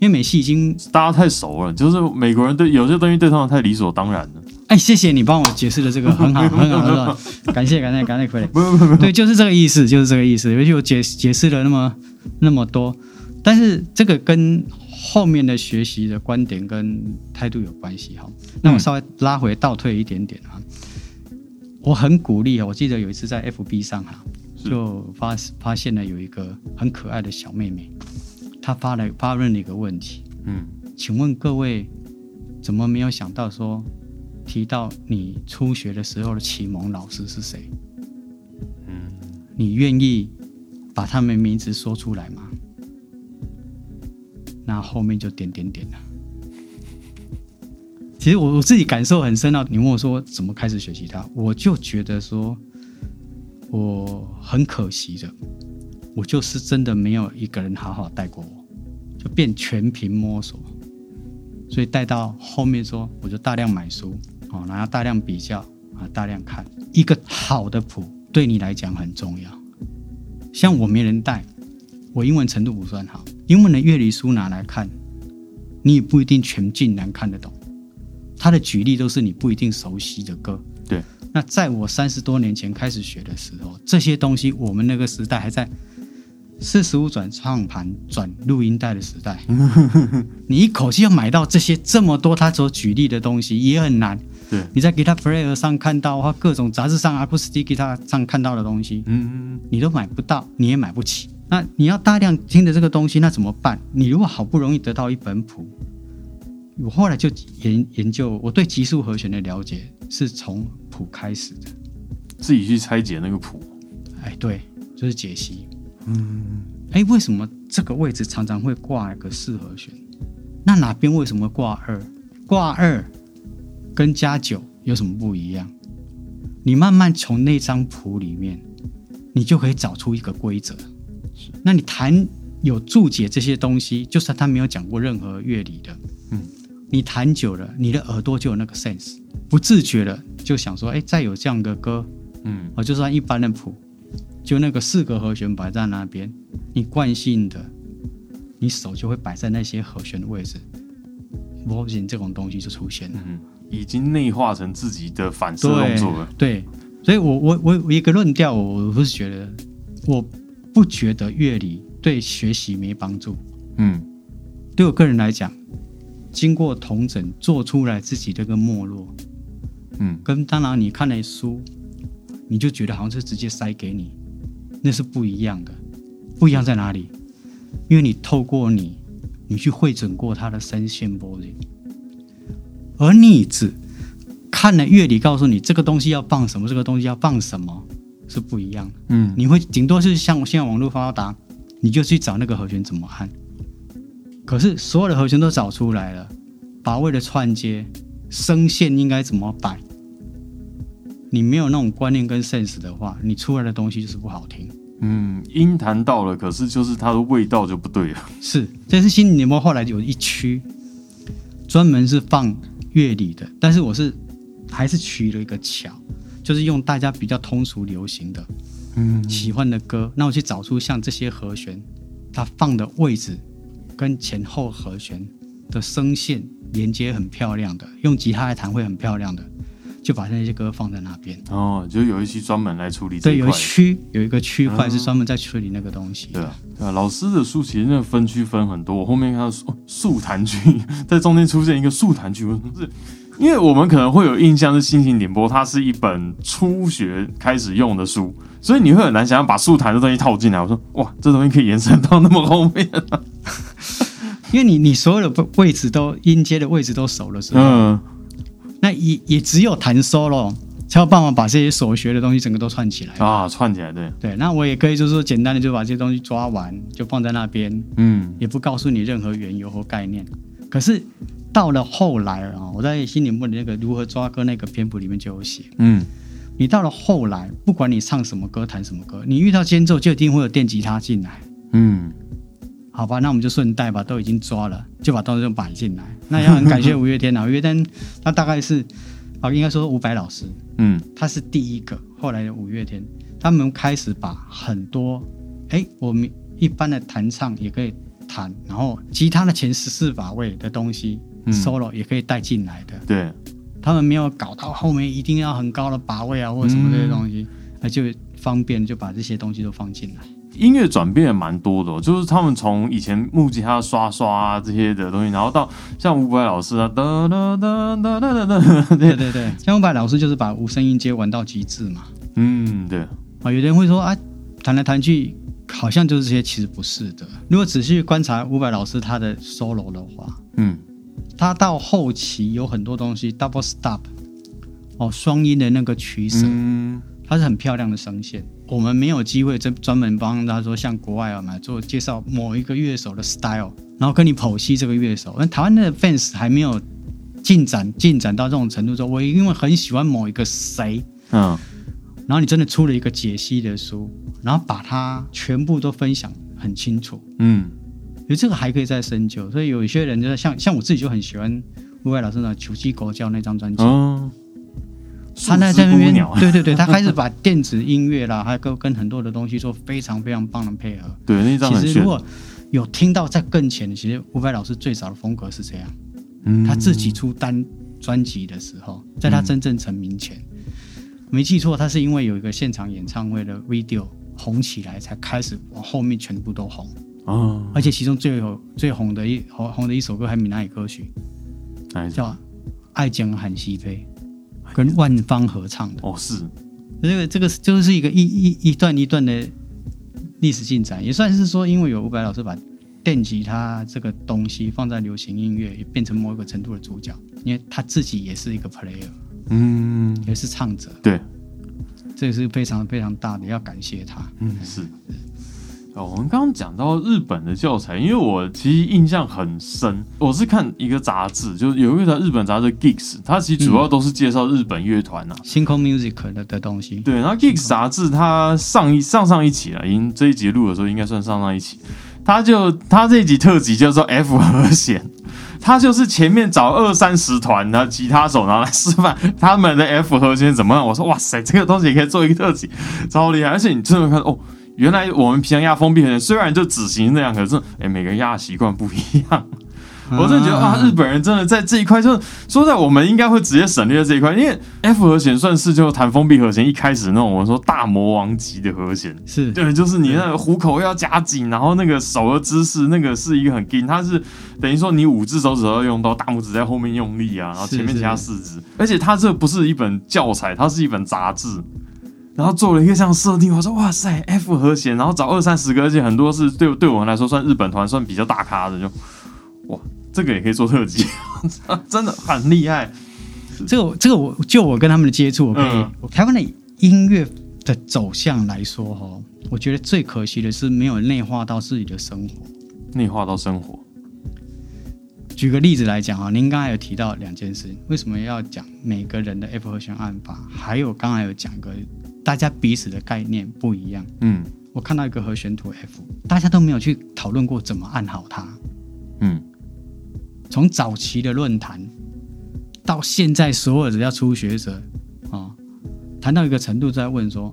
[SPEAKER 3] 因为美系已经
[SPEAKER 2] 大家太熟了，就是美国人对有些东西对他们太理所当然了，
[SPEAKER 3] 哎，谢谢你帮我解释的这个很好，很好，很好，感谢感谢感谢傀儡。
[SPEAKER 2] [LAUGHS] 不不不，
[SPEAKER 3] 对，就是这个意思，就是这个意思。尤其我解解释了那么那么多，但是这个跟后面的学习的观点跟态度有关系哈。那我稍微拉回倒退一点点啊，我很鼓励啊。我记得有一次在 FB 上哈、
[SPEAKER 2] 是
[SPEAKER 3] 就发发现了有一个很可爱的小妹妹，她发了发问了一个问题，
[SPEAKER 2] 嗯
[SPEAKER 3] 请问各位怎么没有想到说提到你初学的时候的启蒙老师是谁？
[SPEAKER 2] 嗯
[SPEAKER 3] 你愿意把他们名字说出来吗？那后面就点点点了。其实我我自己感受很深啊。你问我说怎么开始学吉他，我就觉得说，我很可惜的，我就是真的没有一个人好好带过我，就变全凭摸索。所以带到后面说，我就大量买书，哦，然后大量比较啊，大量看。一个好的谱对你来讲很重要。像我没人带，我英文程度不算好，英文的乐理书拿来看，你也不一定全尽然看得懂。他的举例都是你不一定熟悉的歌。
[SPEAKER 2] 对。
[SPEAKER 3] 那在我三十多年前开始学的时候，这些东西我们那个时代还在四十五转唱盘转录音带的时代，你一口气要买到这些这么多他所举例的东西也很难。
[SPEAKER 2] 对
[SPEAKER 3] 你在 Guitar Player 上看到或各种杂志上、Acoustic Guitar 上看到的东西，
[SPEAKER 2] 嗯
[SPEAKER 3] 你都买不到，你也买不起。那你要大量听的这个东西，那怎么办？你如果好不容易得到一本谱，我后来就研研究，我对级数和弦的了解是从谱开始的。
[SPEAKER 2] 自己去拆解那个谱，
[SPEAKER 3] 哎，对，就是解析。嗯，哎，为什么这个位置常常会挂一个四和弦？那哪边为什么挂二？挂二跟加九有什么不一样？你慢慢从那张谱里面，你就可以找出一个规则。那你弹有注解这些东西，就算他没有讲过任何乐理的，
[SPEAKER 2] 嗯，
[SPEAKER 3] 你弹久了，你的耳朵就有那个 sense，不自觉的就想说，哎，再有这样的歌，
[SPEAKER 2] 嗯
[SPEAKER 3] 哦，就算一般的谱，就那个四个和弦摆在那边，你惯性的，你手就会摆在那些和弦的位置 v o i n 这种东西就出现了。
[SPEAKER 2] 嗯，已经内化成自己的反射动
[SPEAKER 3] 对
[SPEAKER 2] 作了，
[SPEAKER 3] 对，所以我我我我一个论调，我我是觉得我不觉得乐理对学习没帮助。
[SPEAKER 2] 嗯
[SPEAKER 3] 对我个人来讲，经过同整做出来自己这个脉络，
[SPEAKER 2] 嗯
[SPEAKER 3] 跟当然你看了书，你就觉得好像是直接塞给你，那是不一样的。不一样在哪里？因为你透过你，你去会诊过他的声线波形，而你只看了乐理告诉你这个东西要放什么，这个东西要放什么，是不一样的。
[SPEAKER 2] 嗯
[SPEAKER 3] 你会顶多是像现在网络发达，你就去找那个和弦怎么按。可是所有的和弦都找出来了，把位的串接、声线应该怎么摆，你没有那种观念跟 sense 的话，你出来的东西就是不好听。
[SPEAKER 2] 嗯，音弹到了，可是就是它的味道就不对了。 [LAUGHS]
[SPEAKER 3] 是，这是心理联盟后来有一区专门是放乐理的，但是我是还是取了一个巧，就是用大家比较通俗流行的，
[SPEAKER 2] 嗯
[SPEAKER 3] 喜欢的歌，那我去找出像这些和弦，它放的位置跟前后和弦的声线连接很漂亮的，用吉他来弹会很漂亮的，就把那些歌放在那边。
[SPEAKER 2] 哦，就有一期专门来处理这
[SPEAKER 3] 对，
[SPEAKER 2] 一
[SPEAKER 3] 有
[SPEAKER 2] 块
[SPEAKER 3] 一。区有一个区块
[SPEAKER 2] 嗯
[SPEAKER 3] 是专门在处理那个东西的。
[SPEAKER 2] 对啊，对啊，老师的书其实那个分区分很多。我后面看到哦速弹区，在中间出现一个速弹区，我说是因为我们可能会有印象是《星星点播》，它是一本初学开始用的书，所以你会很难想象把速弹这东西套进来。我说哇，这东西可以延伸到那么后面。
[SPEAKER 3] 因为你你所有的位置都音阶的位置都熟了之后，
[SPEAKER 2] 嗯
[SPEAKER 3] 那也也只有弹 solo 才有办法把这些所学的东西整个都串起来。
[SPEAKER 2] 啊，串起来对，
[SPEAKER 3] 对，那我也可以就是说简单的就把这些东西抓完，就放在那边，
[SPEAKER 2] 嗯
[SPEAKER 3] 也不告诉你任何缘由或概念。可是到了后来啊，我在心理部的那个如何抓歌那个篇幅里面就有写，
[SPEAKER 2] 嗯
[SPEAKER 3] 你到了后来，不管你唱什么歌、弹什么歌，你遇到间奏就一定会有电吉他进来，
[SPEAKER 2] 嗯，
[SPEAKER 3] 好吧？那我们就顺带吧，都已经抓了，就把东西摆进来。那也很感谢五月天啊，五月天他大概是啊，应该说伍佰老师，
[SPEAKER 2] 嗯
[SPEAKER 3] 他是第一个，后来的五月天，他们开始把很多，哎，我们一般的弹唱也可以弹，然后吉他的前十四把位的东西、
[SPEAKER 2] 嗯
[SPEAKER 3] solo 也可以带进来的，
[SPEAKER 2] 对，
[SPEAKER 3] 他们没有搞到后面一定要很高的把位啊或者什么这些东西，那、就方便就把这些东西都放进来。
[SPEAKER 2] 音乐转变也蛮多的、哦，就是他们从以前木吉他刷刷啊这些的东西，然后到像伍佰老师啊，哒哒哒哒哒哒哒，
[SPEAKER 3] 对对对，像伍佰老师就是把无声音阶玩到极致嘛，
[SPEAKER 2] 嗯，对，
[SPEAKER 3] 啊，有人会说啊，弹来弹去好像就是这些，其实不是的。如果仔细观察伍佰老师他的 solo 的话，
[SPEAKER 2] 嗯
[SPEAKER 3] 他到后期有很多东西 double stop，哦，双音的那个取舍，
[SPEAKER 2] 嗯
[SPEAKER 3] 它是很漂亮的声线。我们没有机会专专门帮他说，像国外啊嘛做介绍某一个乐手的 style，然后跟你剖析这个乐手。那台湾的 fans 还没有进展进展到这种程度说我因为很喜欢某一个谁，
[SPEAKER 2] 嗯
[SPEAKER 3] 然后你真的出了一个解析的书，然后把它全部都分享很清楚。
[SPEAKER 2] 嗯
[SPEAKER 3] 有这个还可以再深究，所以有一些人就是像像我自己就很喜欢伍佰老师的《球技国教》那张
[SPEAKER 2] [LAUGHS]
[SPEAKER 3] 专辑，
[SPEAKER 2] 嗯，
[SPEAKER 3] 他那在那
[SPEAKER 2] 树枝不
[SPEAKER 3] 边
[SPEAKER 2] 鸟
[SPEAKER 3] 对对对，他开始把电子音乐啦，还有跟跟很多的东西做非常非常棒的配合。
[SPEAKER 2] 对那张很
[SPEAKER 3] 其实
[SPEAKER 2] 炫
[SPEAKER 3] 如，果有听到在更前，其实伍佰老师最早的风格是这样，
[SPEAKER 2] 嗯
[SPEAKER 3] 他自己出单专辑的时候，在他真正成名前，没记错，他是因为有一个现场演唱会的 video 红起来，才开始往后面全部都红。
[SPEAKER 2] 啊，
[SPEAKER 3] 而且其中最有最红的一红红的一首歌还闽南语歌曲，
[SPEAKER 2] 哪一张？
[SPEAKER 3] 叫《爱江喊西飞》，跟万芳合唱的。
[SPEAKER 2] 哦是，
[SPEAKER 3] 这个这个就是一个一一一段一段的历史进展，也算是说，因为有伍佰老师把电吉他这个东西放在流行音乐，也变成某一个程度的主角，因为他自己也是一个 player，
[SPEAKER 2] 嗯
[SPEAKER 3] 也是唱者，
[SPEAKER 2] 对，
[SPEAKER 3] 这也是非常非常大的，要感谢他。
[SPEAKER 2] 嗯，是。哦，我们刚刚讲到日本的教材，因为我其实印象很深，我是看一个杂志，就是有一个日本杂志《Gigs》，它其实主要都是介绍日本乐团呐、啊
[SPEAKER 3] 星空 music 的的东西，
[SPEAKER 2] 对，然后《Geeks》杂志它上一上上一期了，已经这一集录的时候应该算上上一期。它就它这一集特辑叫做 F 和弦，它就是前面找二三十团的吉他手，然后来示范他们的 F 和弦怎么样。我说哇塞，这个东西也可以做一个特辑，超厉害！而且你真的会看哦，原来我们平常压封闭和弦虽然就只行那样，可是哎每个压的习惯不一样。我真的觉得啊，日本人真的在这一块，就是说在我们应该会直接省略这一块，因为 F 和弦算是就弹封闭和弦一开始那种我们说大魔王级的和弦，
[SPEAKER 3] 是
[SPEAKER 2] 对，就是你那个虎口要夹紧，然后那个手的姿势，那个是一个很硬，它是等于说你五只手指头要用到，大拇指在后面用力啊，然后
[SPEAKER 3] 是
[SPEAKER 2] 前面
[SPEAKER 3] 是
[SPEAKER 2] 其他四只，而且它这不是一本教材，它是一本杂志。然后做了一个这样的设定，我说哇塞，F 和弦，然后找二三十个，而且很多是对对我们来说算日本团算比较大咖的，就哇，这个也可以做特辑， [LAUGHS] 真的很厉害。
[SPEAKER 3] 这个我这个我就我跟他们的接触，我可以、
[SPEAKER 2] 嗯
[SPEAKER 3] 我台湾的音乐的走向来说哈，我觉得最可惜的是没有内化到自己的生活。
[SPEAKER 2] 内化到生活，
[SPEAKER 3] 举个例子来讲哈，您刚才有提到两件事，为什么要讲每个人的 F 和弦按法？还有刚才有讲个大家彼此的概念不一样。
[SPEAKER 2] 嗯
[SPEAKER 3] 我看到一个和弦图 F，大家都没有去讨论过怎么按好它。
[SPEAKER 2] 嗯，
[SPEAKER 3] 从早期的论坛到现在，所有的要初学者啊、哦谈到一个程度，在问说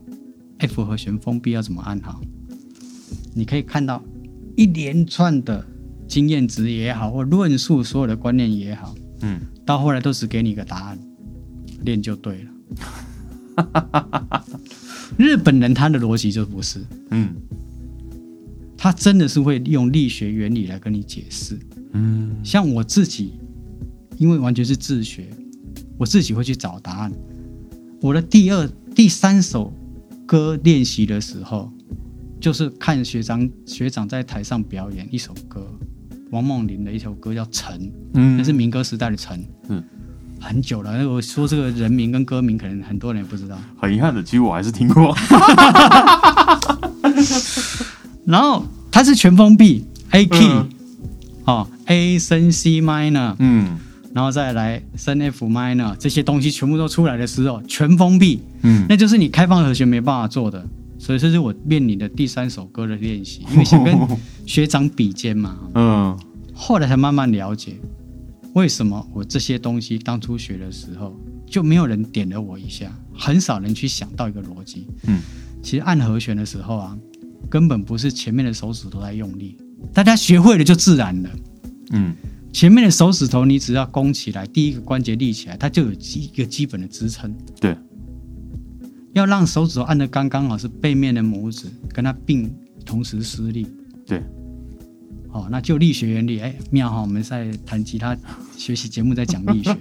[SPEAKER 3] F 和弦封闭要怎么按好。你可以看到一连串的经验值也好，或论述所有的观念也好，
[SPEAKER 2] 嗯，
[SPEAKER 3] 到后来都只给你一个答案，练就对了。 [LAUGHS] 日本人他的逻辑就不是，
[SPEAKER 2] 嗯
[SPEAKER 3] 他真的是会用力学原理来跟你解释。
[SPEAKER 2] 嗯
[SPEAKER 3] 像我自己，因为完全是自学，我自己会去找答案。我的第二、第三首歌练习的时候，就是看学长学长在台上表演一首歌，王梦麟的一首歌叫《沉》，
[SPEAKER 2] 嗯
[SPEAKER 3] 那是民歌时代的《沉》。
[SPEAKER 2] 嗯，
[SPEAKER 3] 很久了。那我说这个人名跟歌名，可能很多人也不知道。
[SPEAKER 2] 很遗憾的，其实我还是听过。
[SPEAKER 3] 然后它是全封闭 A key，、
[SPEAKER 2] 嗯
[SPEAKER 3] 哦 A 升 C minor，
[SPEAKER 2] 嗯
[SPEAKER 3] 然后再来升 F minor 这些东西全部都出来的时候，全封闭，
[SPEAKER 2] 嗯
[SPEAKER 3] 那就是你开放和弦没办法做的。所以这是我面临的第三首歌的练习，因为想 [LAUGHS] 跟学长比肩嘛。
[SPEAKER 2] 嗯
[SPEAKER 3] 后来才慢慢了解，为什么我这些东西当初学的时候就没有人点了我一下，很少人去想到一个逻辑。
[SPEAKER 2] 嗯，
[SPEAKER 3] 其实按和弦的时候啊，根本不是前面的手指都在用力，大家学会了就自然了。
[SPEAKER 2] 嗯
[SPEAKER 3] 前面的手指头你只要弓起来，第一个关节立起来，它就有基一个基本的支撑。
[SPEAKER 2] 对，
[SPEAKER 3] 要让手指头按的刚刚好，是背面的拇指跟它并同时施力。
[SPEAKER 2] 对，
[SPEAKER 3] 哦，那就力学原理，哎，妙哈，我们在谈其他学习节目在讲力学，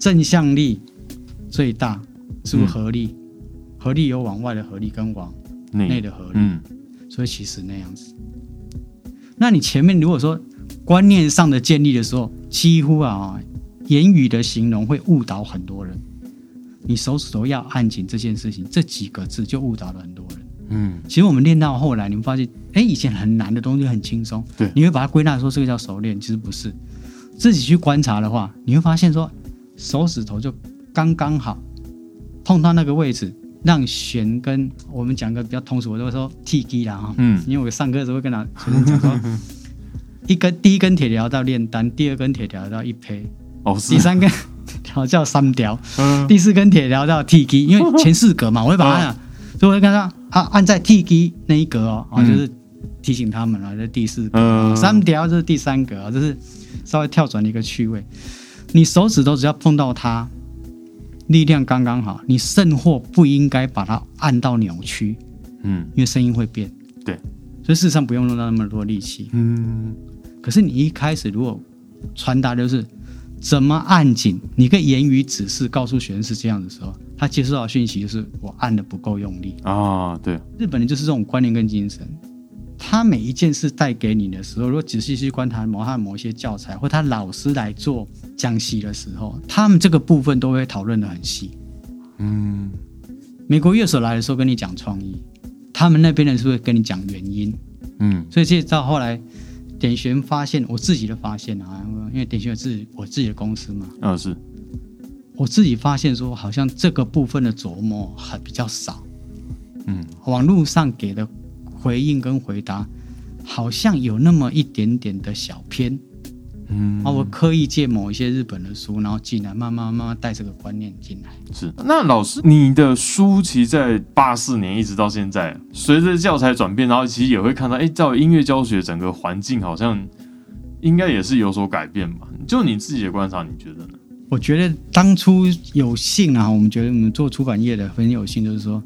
[SPEAKER 3] 正向力最大是不是合力？合力有往外的合力跟往内
[SPEAKER 2] 内
[SPEAKER 3] 的合力。
[SPEAKER 2] 嗯
[SPEAKER 3] 所以其实那样子。那你前面如果说观念上的建立的时候，几乎啊言语的形容会误导很多人。你手指头要按紧这件事情，这几个字就误导了很多人。
[SPEAKER 2] 嗯
[SPEAKER 3] 其实我们练到后来，你们发现，哎，以前很难的东西很轻松，
[SPEAKER 2] 对
[SPEAKER 3] 你会把它归纳说这个叫熟练，其实不是。自己去观察的话，你会发现说，手指头就刚刚好碰到那个位置，让弦跟我们讲个比较通俗，我都会说 T G 啦哈，
[SPEAKER 2] 嗯
[SPEAKER 3] 因为我上课的时候会跟他学生讲说， [LAUGHS] 一根第一根铁条到炼丹，第二根铁条到一胚，
[SPEAKER 2] 哦是
[SPEAKER 3] 第三根 [LAUGHS] 条叫三条，
[SPEAKER 2] 嗯
[SPEAKER 3] 第四根铁聊到 T G，因为前四格嘛，我会
[SPEAKER 2] 啊
[SPEAKER 3] 把它，所以我会跟他啊按在 T G 那一格哦，啊
[SPEAKER 2] 嗯
[SPEAKER 3] 就是提醒他们了，这第四格，
[SPEAKER 2] 嗯
[SPEAKER 3] 三条就是第三格，这是稍微跳转的一个趣味。你手指头只要碰到它，力量刚刚好，你甚或不应该把它按到扭曲，
[SPEAKER 2] 嗯
[SPEAKER 3] 因为声音会变。
[SPEAKER 2] 对，
[SPEAKER 3] 所以事实上不用用到那么多力气。
[SPEAKER 2] 嗯
[SPEAKER 3] 可是你一开始如果传达的就是怎么按紧，你可以言语指示告诉学生是这样的时候，他接收到的讯息就是我按的不够用力。
[SPEAKER 2] 啊对
[SPEAKER 3] 日本人就是这种观念跟精神，他每一件事带给你的时候，如果仔细去观察某他某一些教材或他老师来做讲习的时候，他们这个部分都会讨论的很细。
[SPEAKER 2] 嗯
[SPEAKER 3] 美国乐手来的时候跟你讲创意，他们那边人是会跟你讲原因，
[SPEAKER 2] 嗯
[SPEAKER 3] 所以这到后来，点旋发现我自己的发现啊，因为点旋有自己我自己的公司嘛，
[SPEAKER 2] 啊是
[SPEAKER 3] 我自己发现说好像这个部分的琢磨还比较少，
[SPEAKER 2] 嗯
[SPEAKER 3] 网络上给的回应跟回答好像有那么一点点的小偏
[SPEAKER 2] 嗯
[SPEAKER 3] 啊，我刻意借某一些日本的书，然后进来慢慢慢慢带这个观念进来。
[SPEAKER 2] 是。那老师，你的书其实在八四年一直到现在，随着教材转变，然后其实也会看到，哎、在音乐教学整个环境好像应该也是有所改变吧？就你自己的观察，你觉得呢？
[SPEAKER 3] 我觉得当初有幸啊，我们觉得我们做出版业的很有幸，就是说，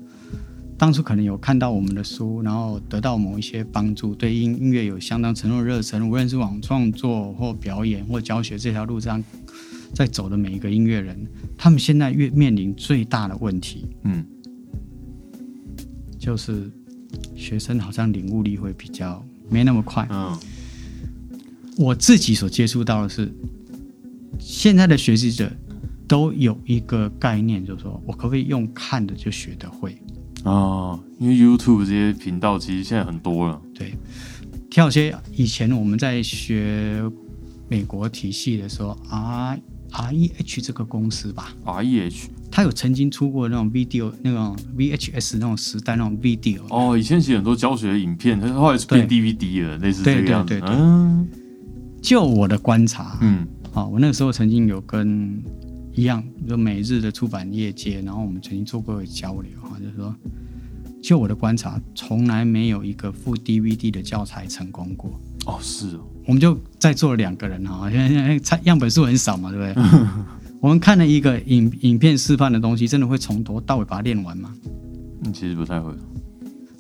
[SPEAKER 3] 当初可能有看到我们的书，然后得到某一些帮助，对音音乐有相当程度的热忱，无论是往创作或表演或教学这条路上在走的每一个音乐人，他们现在越面临最大的问题
[SPEAKER 2] 嗯，
[SPEAKER 3] 就是，学生好像领悟力会比较没那么快。
[SPEAKER 2] 嗯，
[SPEAKER 3] 我自己所接触到的是，现在的学习者都有一个概念，就是说我可不可以用看的就学得会？
[SPEAKER 2] 哦，因为 YouTube 这些频道其实现在很多了，
[SPEAKER 3] 对，跳些以前我们在学美国体系的时候，R R E H 这个公司吧，
[SPEAKER 2] REH
[SPEAKER 3] 它有曾经出过那种 video 那种 VHS 那种时代那种 video，、
[SPEAKER 2] 哦，以前其实很多教学影片，它后来是变 DVD 了，类似这个样子。
[SPEAKER 3] 对对对
[SPEAKER 2] 嗯
[SPEAKER 3] 就我的观察，
[SPEAKER 2] 嗯
[SPEAKER 3] 啊，我那个时候曾经有跟一样，就每日的出版业界，然后我们曾经做过交流哈，就是说，就我的观察，从来没有一个附 DVD 的教材成功过。
[SPEAKER 2] 哦是哦，
[SPEAKER 3] 我们就在座的两个人哈，因为因为参样本数很少嘛，对不 [LAUGHS] 对？我们看了一个影影片示范的东西，真的会从头到尾把它练完吗？
[SPEAKER 2] 嗯其实不太会。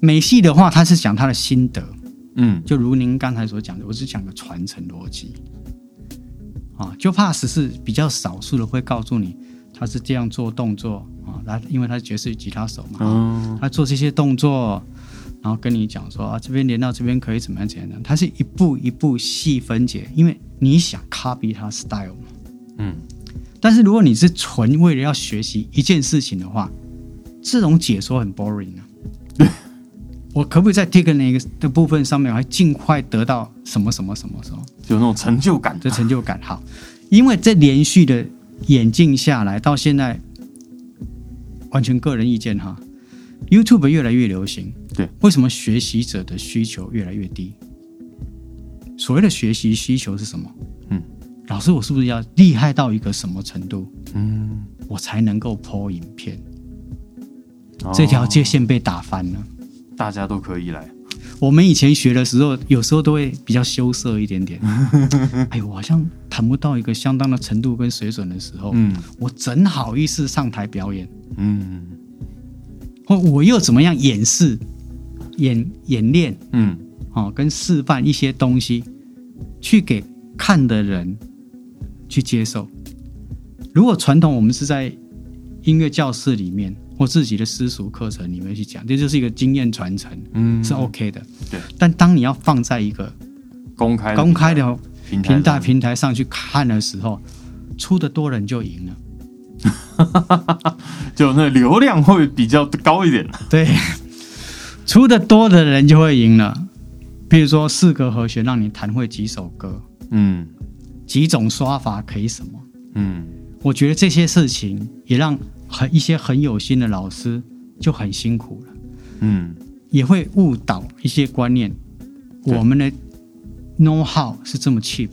[SPEAKER 3] 美系的话，他是讲他的心得，
[SPEAKER 2] 嗯
[SPEAKER 3] 就如您刚才所讲的，我只讲个传承逻辑啊，就怕只是比较少数的会告诉你他是这样做动作啊，他因为他是爵士吉他手嘛，
[SPEAKER 2] 嗯
[SPEAKER 3] 他做这些动作，然后跟你讲说啊，这边连到这边可以怎么样怎么样，他是一步一步细分解，因为你想 copy 他 style 嘛。
[SPEAKER 2] 嗯，
[SPEAKER 3] 但是如果你是纯为了要学习一件事情的话，这种解说很 boring 啊。 [LAUGHS] 我可不可以在 t i k e 那个的部分上面，还尽快得到什么什么什么什么
[SPEAKER 2] 就有那种成就感。
[SPEAKER 3] 这成就感？好，因为这连续的演进下来，到现在，完全个人意见哈，YouTube 越来越流行，
[SPEAKER 2] 对，
[SPEAKER 3] 为什么学习者的需求越来越低？所谓的学习需求是什么？
[SPEAKER 2] 嗯，
[SPEAKER 3] 老师，我是不是要厉害到一个什么程度？
[SPEAKER 2] 嗯，
[SPEAKER 3] 我才能够剖影片，
[SPEAKER 2] 哦
[SPEAKER 3] 嗯这条界限被打翻了。
[SPEAKER 2] 大家都可以来。
[SPEAKER 3] 我们以前学的时候，有时候都会比较羞涩一点
[SPEAKER 2] [LAUGHS]
[SPEAKER 3] 点。哎呦，我好像谈不到一个相当的程度跟水准的时候，
[SPEAKER 2] 嗯
[SPEAKER 3] 我怎好意思上台表演？
[SPEAKER 2] 嗯
[SPEAKER 3] 或我又怎么样演示、演演练
[SPEAKER 2] 嗯，
[SPEAKER 3] 哦，跟示范一些东西，去给看的人去接受。如果传统我们是在音乐教室里面或自己的私塾课程里面去讲，这就是一个经验传承，
[SPEAKER 2] 嗯
[SPEAKER 3] 是 OK 的。
[SPEAKER 2] 对，
[SPEAKER 3] 但当你要放在一个
[SPEAKER 2] 公开
[SPEAKER 3] 公开的
[SPEAKER 2] 平台
[SPEAKER 3] 平台
[SPEAKER 2] 上
[SPEAKER 3] 平台上去看的时候，出的多人就赢了。
[SPEAKER 2] 就那流量会比较高一点。
[SPEAKER 3] 对， [LAUGHS] 出的多的人就会赢了。比如说四个和弦让你弹会几首歌，
[SPEAKER 2] 嗯
[SPEAKER 3] 几种刷法可以什么？
[SPEAKER 2] 嗯
[SPEAKER 3] 我觉得这些事情也让很一些很有心的老师就很辛苦了，
[SPEAKER 2] 嗯
[SPEAKER 3] 也会误导一些观念。
[SPEAKER 2] 对
[SPEAKER 3] 我们的 know how 是这么 cheap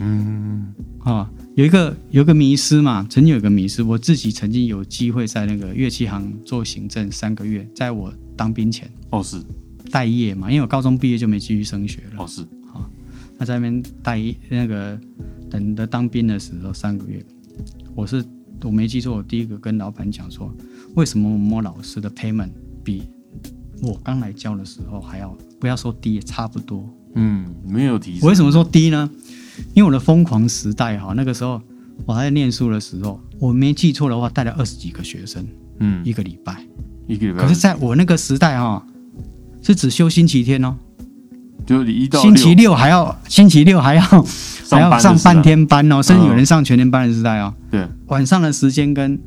[SPEAKER 2] 嗯
[SPEAKER 3] 啊，有一个有一个迷失嘛，曾经有一个迷失，我自己曾经有机会在那个乐器行做行政三个月，在我当兵前
[SPEAKER 2] 哦是
[SPEAKER 3] 待业嘛，因为我高中毕业就没继续升学了。
[SPEAKER 2] 哦是
[SPEAKER 3] 他在那边待一那个等着当兵的时候三个月，我是我没记错，我第一个跟老板讲说，为什么我们老师的 payment 比我刚来教的时候还要不要说低，差不多。
[SPEAKER 2] 嗯没有提
[SPEAKER 3] 我为
[SPEAKER 2] 升。
[SPEAKER 3] 什么说低呢？因为我的疯狂时代哈，那个时候我还在念书的时候，我没记错的话，带了二十几个学生
[SPEAKER 2] 嗯
[SPEAKER 3] 一个礼拜。
[SPEAKER 2] 一个礼拜
[SPEAKER 3] 可是，在我那个时代哈，是只休星期天哦，
[SPEAKER 2] 就一到
[SPEAKER 3] 星期六还要星期六还要还
[SPEAKER 2] 上
[SPEAKER 3] 要
[SPEAKER 2] 班
[SPEAKER 3] 上
[SPEAKER 2] 的时候
[SPEAKER 3] 半，天班哦，甚至
[SPEAKER 2] 嗯
[SPEAKER 3] 有人上全天班的时代哦。
[SPEAKER 2] 对，
[SPEAKER 3] 晚上的时间跟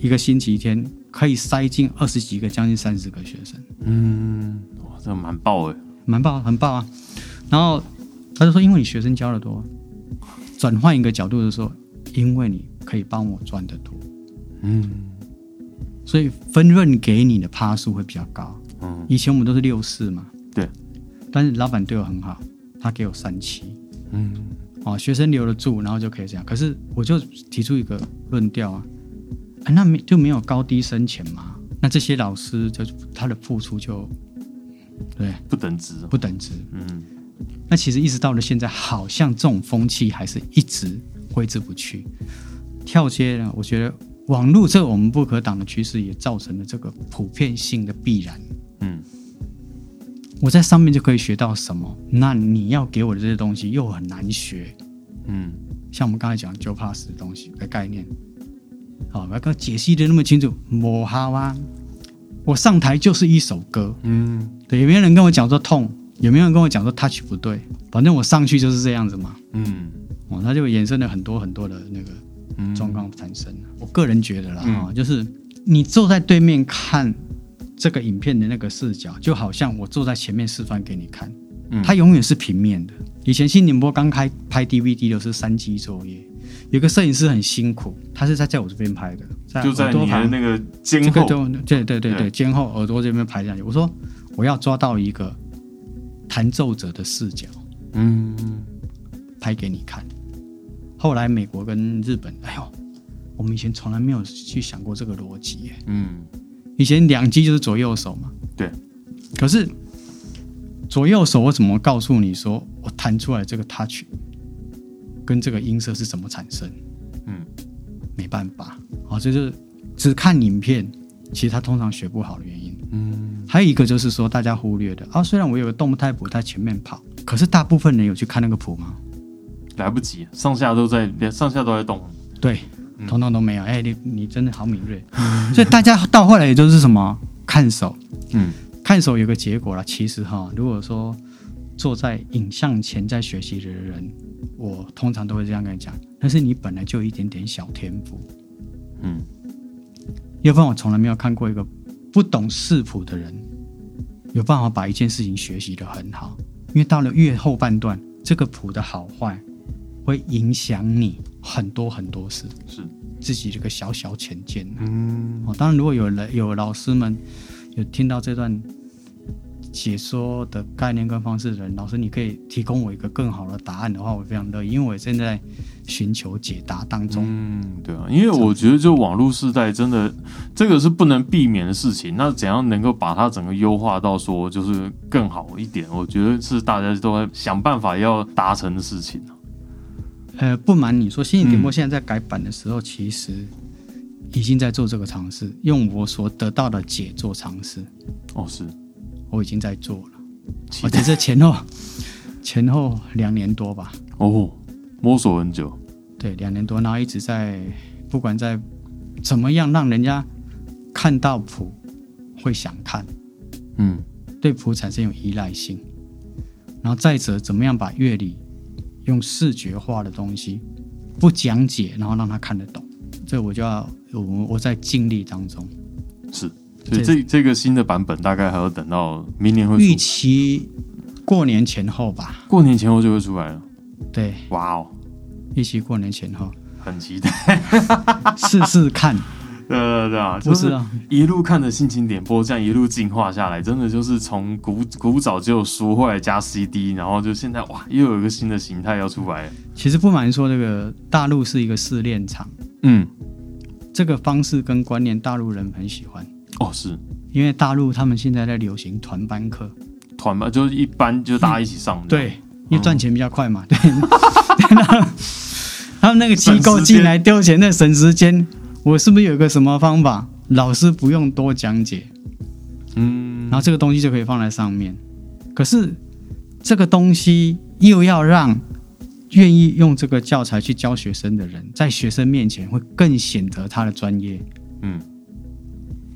[SPEAKER 3] 一个星期天可以塞进二十几个，将近三十个学生，
[SPEAKER 2] 嗯，哇，这蛮爆的，
[SPEAKER 3] 蛮棒，很棒啊。然后他就说，因为你学生教的多，转换一个角度就说，因为你可以帮我赚得多，
[SPEAKER 2] 嗯
[SPEAKER 3] 所以分润给你的趴数会比较高。
[SPEAKER 2] 嗯
[SPEAKER 3] 以前我们都是六四嘛，
[SPEAKER 2] 对，
[SPEAKER 3] 但是老板对我很好，他给我三七。
[SPEAKER 2] 嗯
[SPEAKER 3] 哦，学生留得住，然后就可以这样。可是我就提出一个论调啊，啊那没就没有高低深浅嘛？那这些老师就他的付出就对
[SPEAKER 2] 不等值哦，
[SPEAKER 3] 不等值。
[SPEAKER 2] 嗯
[SPEAKER 3] 那其实一直到了现在，好像这种风气还是一直挥之不去。跳街呢，我觉得网络这我们不可挡的趋势，也造成了这个普遍性的必然。
[SPEAKER 2] 嗯，
[SPEAKER 3] 我在上面就可以学到什么，那你要给我的这些东西又很难学。
[SPEAKER 2] 嗯，
[SPEAKER 3] 像我们刚才讲 Joe Pass 的东西的概念，好，我要给我解析的那么清楚，摩哈哇，我上台就是一首歌，
[SPEAKER 2] 嗯，
[SPEAKER 3] 对，有没有人跟我讲说痛？有没有人跟我讲说 touch 不对？反正我上去就是这样子嘛，
[SPEAKER 2] 嗯，
[SPEAKER 3] 哦，那就衍生了很多很多的那个
[SPEAKER 2] 嗯，
[SPEAKER 3] 状况产生。我个人觉得啦，
[SPEAKER 2] 嗯
[SPEAKER 3] 哈、就是你坐在对面看这个影片的那个视角，就好像我坐在前面示范给你看，
[SPEAKER 2] 嗯
[SPEAKER 3] 它永远是平面的。以前新宁波刚开拍 DVD 都是三机作业，有个摄影师很辛苦，他是在在我这边拍的，在
[SPEAKER 2] 就在
[SPEAKER 3] 耳朵
[SPEAKER 2] 你的
[SPEAKER 3] 旁
[SPEAKER 2] 那个
[SPEAKER 3] 这
[SPEAKER 2] 肩
[SPEAKER 3] 个
[SPEAKER 2] 后，
[SPEAKER 3] 就对对对
[SPEAKER 2] 对
[SPEAKER 3] 对，肩后耳朵这边排下去。我说我要抓到一个弹奏者的视角
[SPEAKER 2] 嗯，
[SPEAKER 3] 拍给你看。后来美国跟日本，哎呦，我们以前从来没有去想过这个逻辑耶。
[SPEAKER 2] 嗯，
[SPEAKER 3] 以前两机就是左右手嘛，
[SPEAKER 2] 对。
[SPEAKER 3] 可是左右手我怎么告诉你说我弹出来这个 touch 跟这个音色是怎么产生？
[SPEAKER 2] 嗯，
[SPEAKER 3] 没办法，哦，这就是只看影片，其实他通常学不好的原因。
[SPEAKER 2] 嗯，
[SPEAKER 3] 还有一个就是说大家忽略的啊，虽然我有个动态谱在前面跑，可是大部分人有去看那个谱吗？
[SPEAKER 2] 来不及，上下都在，连上下都在动，
[SPEAKER 3] 对，通通都没有。哎、你你真的好敏锐， [LAUGHS] 所以大家到后来也就是什么看手，
[SPEAKER 2] 嗯，
[SPEAKER 3] 看手有个结果啦。其实哈，如果说坐在影像前在学习的人，我通常都会这样跟你讲，但是你本来就有一点点小天赋，
[SPEAKER 2] 嗯，
[SPEAKER 3] 要不然我从来没有看过一个不懂视谱的人有办法把一件事情学习得很好，因为到了越后半段，这个谱的好坏会影响你很多很多事，
[SPEAKER 2] 是，
[SPEAKER 3] 自己这个小小浅见。
[SPEAKER 2] 嗯，
[SPEAKER 3] 哦，当然，如果有人有老师们有听到这段解说的概念跟方式的人，老师你可以提供我一个更好的答案的话，我非常乐意，因为我正在寻求解答当中。
[SPEAKER 2] 嗯，对啊，因为我觉得就网络时代真的这个是不能避免的事情。那怎样能够把它整个优化到说就是更好一点？我觉得是大家都在想办法要达成的事情啊
[SPEAKER 3] 呃，不瞒你说，新影点播
[SPEAKER 2] 嗯
[SPEAKER 3] 现在在改版的时候，其实已经在做这个尝试，用我所得到的解做尝试，
[SPEAKER 2] 哦，是，
[SPEAKER 3] 我已经在做了，
[SPEAKER 2] 期
[SPEAKER 3] 而
[SPEAKER 2] 待
[SPEAKER 3] 且这前后 [LAUGHS] 前后两年多吧，
[SPEAKER 2] 哦，摸索很久，
[SPEAKER 3] 对，两年多，然后一直在不管在怎么样让人家看到谱会想看，
[SPEAKER 2] 嗯
[SPEAKER 3] 对谱产生有依赖性，然后再者怎么样把乐理用视觉化的东西不讲解，然后让他看得懂，这我就要我我在尽力当中，
[SPEAKER 2] 嗯是。所以这这个新的版本大概还要等到明年会
[SPEAKER 3] 预
[SPEAKER 2] 出，
[SPEAKER 3] 期过年前后吧，
[SPEAKER 2] 过年前后就会出来了。
[SPEAKER 3] 对，
[SPEAKER 2] 哇哦，
[SPEAKER 3] 预期过年前后
[SPEAKER 2] 很期待。
[SPEAKER 3] 试试看，
[SPEAKER 2] 对对对啊，就
[SPEAKER 3] 不知
[SPEAKER 2] 是
[SPEAKER 3] 道。
[SPEAKER 2] 一路看着心情点播，这样一路进化下来，真的就是从古古早就有书，后来加 CD，然后就现在哇，又有一个新的形态要出来了。
[SPEAKER 3] 其实不瞒说，这个大陆是一个试炼场，
[SPEAKER 2] 嗯，
[SPEAKER 3] 这个方式跟观念大陆人很喜欢，
[SPEAKER 2] 哦，是
[SPEAKER 3] 因为大陆他们现在在流行团班课，
[SPEAKER 2] 团吧，就是一般就是大家一起上的。
[SPEAKER 3] 对，因为赚钱比较快嘛，对。 [LAUGHS] 他们那个机构
[SPEAKER 2] 省时间
[SPEAKER 3] 进来丢钱，那省时间。我是不是有个什么方法？老师不用多讲解，
[SPEAKER 2] 嗯
[SPEAKER 3] 然后这个东西就可以放在上面。可是这个东西又要让愿意用这个教材去教学生的人，在学生面前会更显得他的专业。
[SPEAKER 2] 嗯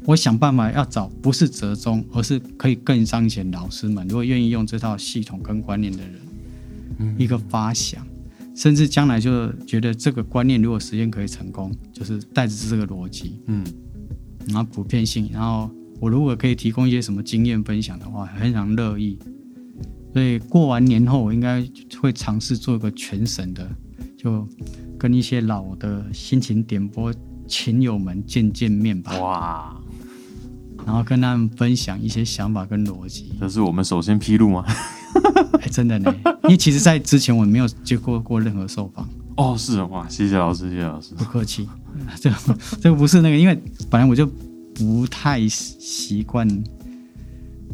[SPEAKER 3] 我想办法要找不是折中，而是可以更彰显老师们，如果愿意用这套系统跟观念的人，
[SPEAKER 2] 嗯
[SPEAKER 3] 一个发想，甚至将来就觉得这个观念如果实验可以成功，就是带着这个逻辑，
[SPEAKER 2] 嗯，
[SPEAKER 3] 然后普遍性，然后我如果可以提供一些什么经验分享的话，非常乐意。所以过完年后，我应该会尝试做一个全省的，就跟一些老的心情点播群友们见见面吧。
[SPEAKER 2] 哇，。
[SPEAKER 3] 然后跟他们分享一些想法跟逻辑
[SPEAKER 2] 这是我们首先披露吗？
[SPEAKER 3] 哎，真的呢， [LAUGHS] 因为其实，在之前我没有接过过任何受访，
[SPEAKER 2] 哦，是啊哇，谢谢老师，谢谢老师。
[SPEAKER 3] 不客气。 [LAUGHS] 这个这个不是那个，因为本来我就不太习惯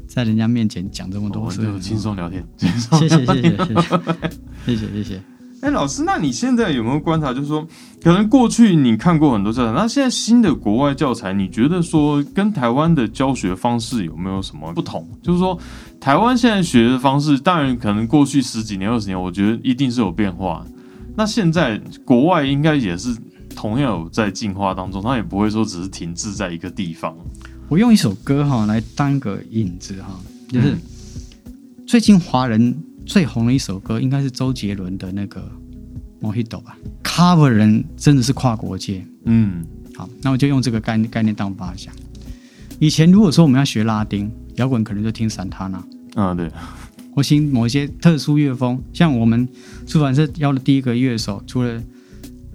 [SPEAKER 3] 在人家面前讲这么
[SPEAKER 2] 我
[SPEAKER 3] 多
[SPEAKER 2] 们
[SPEAKER 3] 事。
[SPEAKER 2] 哦就轻松聊天。
[SPEAKER 3] 谢谢谢谢谢谢谢谢谢谢。
[SPEAKER 2] 哎，老师，那你现在有没有观察，就是说，可能过去你看过很多教材，那现在新的国外教材，你觉得说跟台湾的教学方式有没有什么不同？就是说，台湾现在学的方式，当然可能过去十几年、二十年，我觉得一定是有变化。那现在国外应该也是同样有在进化当中，它也不会说只是停滞在一个地方。
[SPEAKER 3] 我用一首歌哈来当个引子哈，就是最近华人最红的一首歌，应该是周杰伦的那个《Mojito》吧。Cover 人真的是跨国界，
[SPEAKER 2] 嗯
[SPEAKER 3] 好，那我就用这个概念概念当八想。以前如果说我们要学拉丁摇滚，可能就听散他那，
[SPEAKER 2] 啊，对，
[SPEAKER 3] 或听某一些特殊乐风。像我们出版社邀的第一个乐手，除了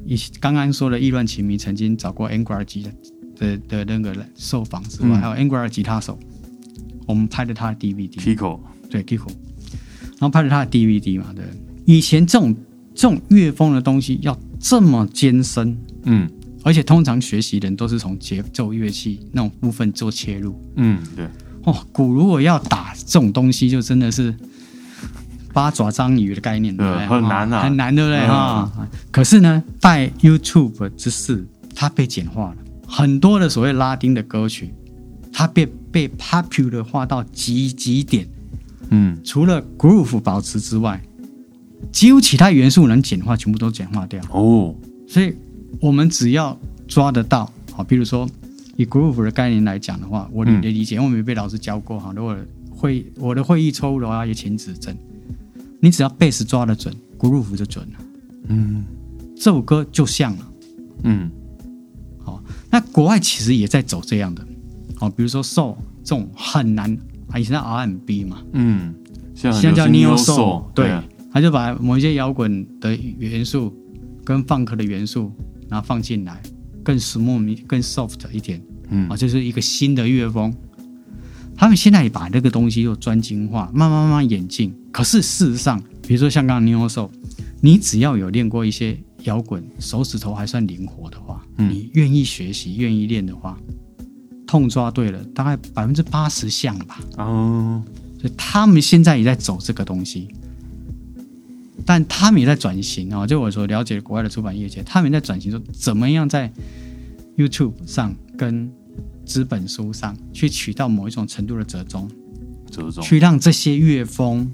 [SPEAKER 3] 以刚刚说的意乱情迷曾经找过 Angra 吉的的的那个受访之外，
[SPEAKER 2] 嗯
[SPEAKER 3] 还有 Angra 吉他手，我们拍的他的 DVD。
[SPEAKER 2] Kiko，
[SPEAKER 3] 对 Kiko，然后拍了他的 DVD 嘛，对。以前这种这种乐风的东西要这么艰深，
[SPEAKER 2] 嗯
[SPEAKER 3] 而且通常学习的人都是从节奏乐器那种部分做切入。
[SPEAKER 2] 嗯，对，
[SPEAKER 3] 哦，鼓如果要打这种东西，就真的是八爪章鱼的概念，
[SPEAKER 2] 对
[SPEAKER 3] 不对？
[SPEAKER 2] 很难啊
[SPEAKER 3] 哦很难，对不对？哈、可是呢，拜 YouTube 之赐，它被简化了，很多的所谓拉丁的歌曲，它被被 popular 化到极极点。
[SPEAKER 2] 嗯
[SPEAKER 3] 除了 groove 保持之外，几乎其他元素能简化，全部都简化掉。
[SPEAKER 2] 哦，
[SPEAKER 3] 所以我们只要抓得到，好，比如说以 groove 的概念来讲的话，我的
[SPEAKER 2] 嗯
[SPEAKER 3] 理解，因为我没被老师教过哈，如果会我的会议错误的话，也请指正。你只要 bass 抓得准，groove 就准了，
[SPEAKER 2] 嗯
[SPEAKER 3] 这首歌就像了。
[SPEAKER 2] 嗯
[SPEAKER 3] 好、那国外其实也在走这样的，好、比如说 soul 这种很难啊，以前叫 R&B 嘛，
[SPEAKER 2] 嗯，现在很
[SPEAKER 3] 现在叫
[SPEAKER 2] 流
[SPEAKER 3] neo
[SPEAKER 2] 行
[SPEAKER 3] soul，
[SPEAKER 2] 对
[SPEAKER 3] 对
[SPEAKER 2] 啊，，
[SPEAKER 3] 他就把某一些摇滚的元素跟 funk 的元素，然后放进来，更 smooth、更 soft 一点
[SPEAKER 2] 嗯
[SPEAKER 3] 啊，，就是一个新的乐风。他们现在也把这个东西又专精化，慢慢慢慢演进。可是事实上，比如说像刚刚 neo soul，你只要有练过一些摇滚，手指头还算灵活的话，
[SPEAKER 2] 嗯
[SPEAKER 3] 你愿意学习、愿意练的话，痛抓对了，大概百分之八十像吧。
[SPEAKER 2] 哦，
[SPEAKER 3] 所以他们现在也在走这个东西，但他们也在转型啊、就我所了解国外的出版业界，他们也在转型，说怎么样在 YouTube 上跟纸本书上去取到某一种程度的折中，
[SPEAKER 2] 折中
[SPEAKER 3] 去让这些乐风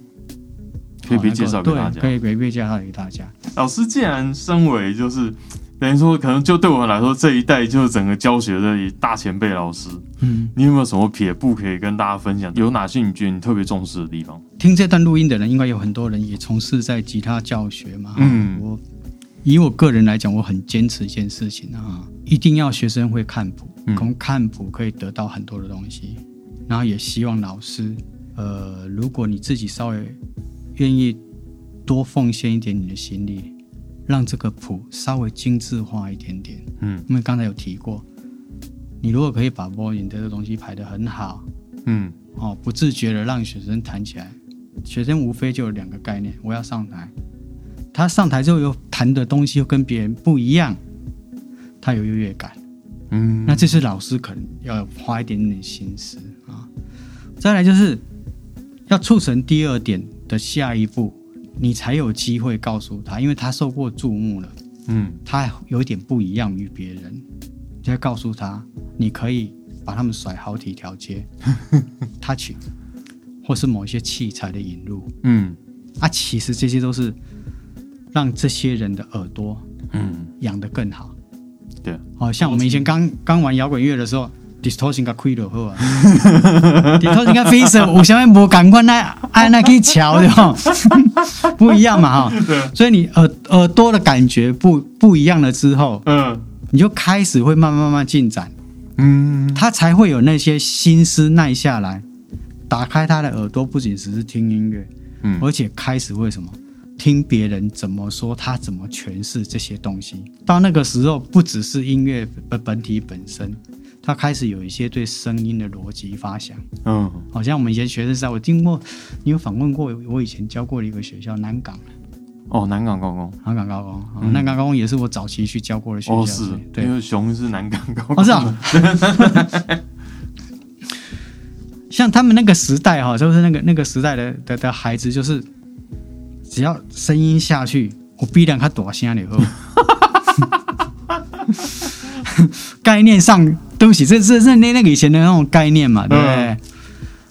[SPEAKER 2] 可以
[SPEAKER 3] 哦
[SPEAKER 2] 被介绍给大
[SPEAKER 3] 能够对，可
[SPEAKER 2] 家。
[SPEAKER 3] 以可以被介绍给大家。
[SPEAKER 2] 老师既然身为就是等于说，可能就对我们来说这一代就是整个教学的一大前辈老师，
[SPEAKER 3] 嗯，
[SPEAKER 2] 你有没有什么撇步可以跟大家分享？有哪些你觉得你特别重视的地方？
[SPEAKER 3] 听这段录音的人，应该有很多人也从事在吉他教学嘛。
[SPEAKER 2] 嗯
[SPEAKER 3] 我以我个人来讲，我很坚持一件事情啊，一定要学生会看谱
[SPEAKER 2] 嗯，
[SPEAKER 3] 从看谱可以得到很多的东西。然后也希望老师，呃，如果你自己稍微愿意多奉献一点你的心力，让这个谱稍微精致化一点点。
[SPEAKER 2] 嗯
[SPEAKER 3] 因为刚才有提过，你如果可以把 volume 这个东西排得很好，
[SPEAKER 2] 嗯
[SPEAKER 3] 哦，不自觉的让学生弹起来。学生无非就有两个概念：我要上台，他上台之后有弹的东西又跟别人不一样，他有优越感。
[SPEAKER 2] 嗯，
[SPEAKER 3] 那这是老师可能要花一点点心思啊。再来就是要促成第二点的下一步，你才有机会告诉他，因为他受过注目了。
[SPEAKER 2] 嗯
[SPEAKER 3] 他有点不一样于别人，你再告诉他，你可以把他们甩好几条街，touch，或是某一些器材的引入
[SPEAKER 2] 嗯
[SPEAKER 3] 啊，其实这些都是让这些人的耳朵
[SPEAKER 2] 嗯，
[SPEAKER 3] 养得更好。
[SPEAKER 2] 对，
[SPEAKER 3] 好、像我们以前刚刚玩摇滚乐的时候。distortion 跟 q u i d 好啊，distortion 跟 facer 有啥物无共款？那按那去瞧对吧？不一样嘛哈、
[SPEAKER 2] 对，
[SPEAKER 3] 所以你耳耳朵的感觉不不一样了之后，
[SPEAKER 2] 嗯
[SPEAKER 3] 你就开始会慢慢慢慢进展，
[SPEAKER 2] 嗯
[SPEAKER 3] 他才会有那些心思耐下来，打开他的耳朵，不仅只是听音乐，
[SPEAKER 2] 嗯
[SPEAKER 3] 而且开始会什么听别人怎么说，他怎么诠释这些东西。到那个时候，不只是音乐本本体本身，他开始有一些对声音的逻辑发想。
[SPEAKER 2] 嗯，
[SPEAKER 3] 好像我们以前学生时代，我听过你有访问过我以前教过的一个学校南港
[SPEAKER 2] 哦，南港高工，
[SPEAKER 3] 南港高工，哦
[SPEAKER 2] 嗯
[SPEAKER 3] 南港高工也是我早期去教过的学校。
[SPEAKER 2] 哦是，
[SPEAKER 3] 对
[SPEAKER 2] 哦啊
[SPEAKER 3] 哦
[SPEAKER 2] 因，为熊是南港高工，
[SPEAKER 3] 哦，是啊。啊 [LAUGHS] 像他们那个时代哈、就是那个那个时代的的的孩子，就是只要声音下去，我必然他大声了后。 [LAUGHS] 概念上，对不起，这这这那那个以前的那种概念嘛，对不对？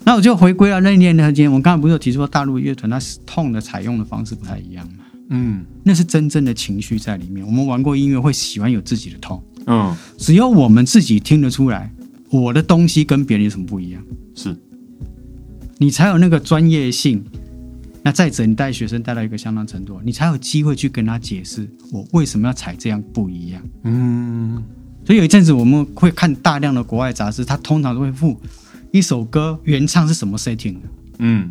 [SPEAKER 3] 那我就回归到那年的间，我刚才不是有提出过大陆乐团，它是痛的采用的方式不太一样嘛，
[SPEAKER 2] 嗯
[SPEAKER 3] 那是真正的情绪在里面。我们玩过音乐会，喜欢有自己的痛，
[SPEAKER 2] 嗯，
[SPEAKER 3] 只有我们自己听得出来，我的东西跟别人有什么不一样。
[SPEAKER 2] 是
[SPEAKER 3] 你才有那个专业性。那再者，你带学生带到一个相当程度，你才有机会去跟他解释我为什么要踩这样不一样。
[SPEAKER 2] 嗯
[SPEAKER 3] 所以有一阵子我们会看大量的国外杂志，它通常都会附一首歌原唱是什么 setting 的。
[SPEAKER 2] 嗯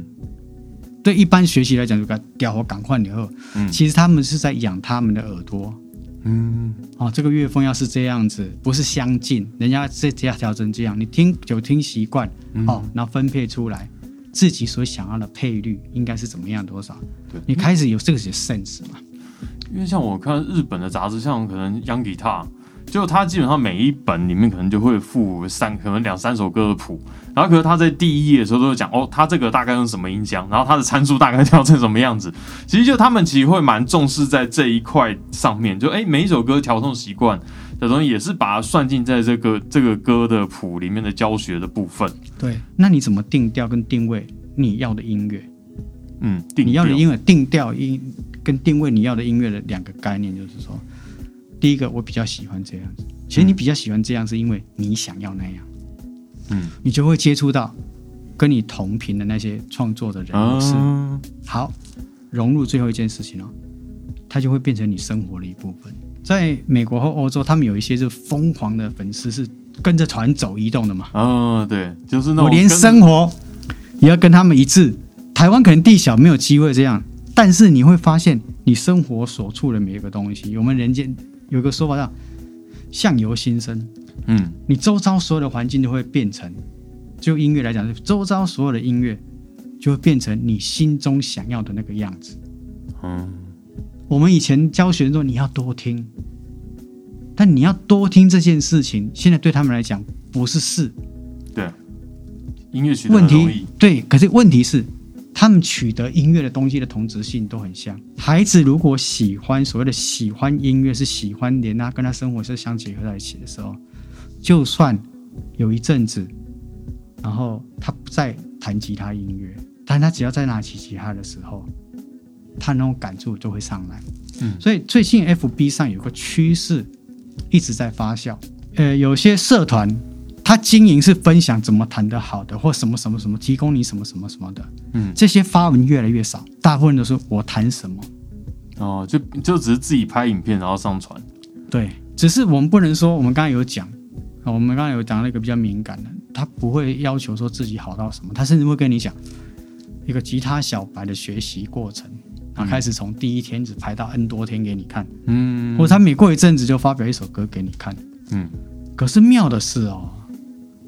[SPEAKER 3] 对一般学习来讲，就该屌我赶快你喝。
[SPEAKER 2] 嗯
[SPEAKER 3] 其实他们是在养他们的耳朵。
[SPEAKER 2] 嗯
[SPEAKER 3] 哦，这个乐风要是这样子，不是相近，人家这这条成这样，你听久听习惯，
[SPEAKER 2] 嗯
[SPEAKER 3] 哦，然后分配出来自己所想要的配率应该是怎么样多少，
[SPEAKER 2] 对
[SPEAKER 3] 你开始有这个 sense 嘛？
[SPEAKER 2] 因为像我看日本的杂志，像可能 Young Guitar，就它基本上每一本里面可能就会附三，可能两三首歌的谱，然后可是它在第一页的时候都会讲哦，它这个大概用什么音箱，然后它的参数大概调成什么样子。其实就他们其实会蛮重视在这一块上面，就哎每一首歌调动习惯的东西也是把它算进在这个这个歌的谱里面的教学的部分。
[SPEAKER 3] 对，那你怎么定调跟定位你要的音乐？
[SPEAKER 2] 嗯，定
[SPEAKER 3] 你要的
[SPEAKER 2] 调
[SPEAKER 3] 音乐定调音跟定位你要的音乐的两个概念，就是说，第一个我比较喜欢这样子，其实你比较喜欢这样，是因为你想要那样，
[SPEAKER 2] 嗯，
[SPEAKER 3] 你就会接触到跟你同频的那些创作的人
[SPEAKER 2] 啊
[SPEAKER 3] 也是。好，融入最后一件事情哦，它就会变成你生活的一部分。在美国和欧洲，他们有一些是疯狂的粉丝，是跟着团走移动的嘛。
[SPEAKER 2] 啊，对，就是那种
[SPEAKER 3] 我连
[SPEAKER 2] 跟
[SPEAKER 3] 生活也要跟他们一致。台湾可能地小没有机会这样，但是你会发现，你生活所处的每一个东西，我们人间有个说法叫“相由心生”，
[SPEAKER 2] 嗯
[SPEAKER 3] 你周遭所有的环境都会变成，就音乐来讲，周遭所有的音乐就会变成你心中想要的那个样子。
[SPEAKER 2] 嗯
[SPEAKER 3] 我们以前教学生说你要多听，但你要多听这件事情，现在对他们来讲不是事
[SPEAKER 2] 音乐学得很
[SPEAKER 3] 问
[SPEAKER 2] 容易
[SPEAKER 3] 题，对。可是问题是，他们取得音乐的东西的同质性都很像。孩子如果喜欢所谓的喜欢音乐，是喜欢连他跟他生活是相结合在一起的时候，就算有一阵子，然后他不再弹吉他音乐，但他只要再拿起吉他的时候，他那种感触就会上来。
[SPEAKER 2] 嗯
[SPEAKER 3] 所以最近 FB 上有个趋势一直在发酵，呃，有些社团它经营是分享怎么弹得好的，或什么什么什么，提供你什么什么什么的，
[SPEAKER 2] 嗯
[SPEAKER 3] 这些发文越来越少，大部分都是我弹什么，
[SPEAKER 2] 哦，就就只是自己拍影片然后上传，
[SPEAKER 3] 对，只是我们不能说，我们刚才有讲，啊我们刚才有讲那个比较敏感的，他不会要求说自己好到什么，他甚至会跟你讲一个吉他小白的学习过程，然后开始从第一天只排到 N 多天给你看，
[SPEAKER 2] 嗯
[SPEAKER 3] 或者他每过一阵子就发表一首歌给你看。
[SPEAKER 2] 嗯
[SPEAKER 3] 可是妙的是哦，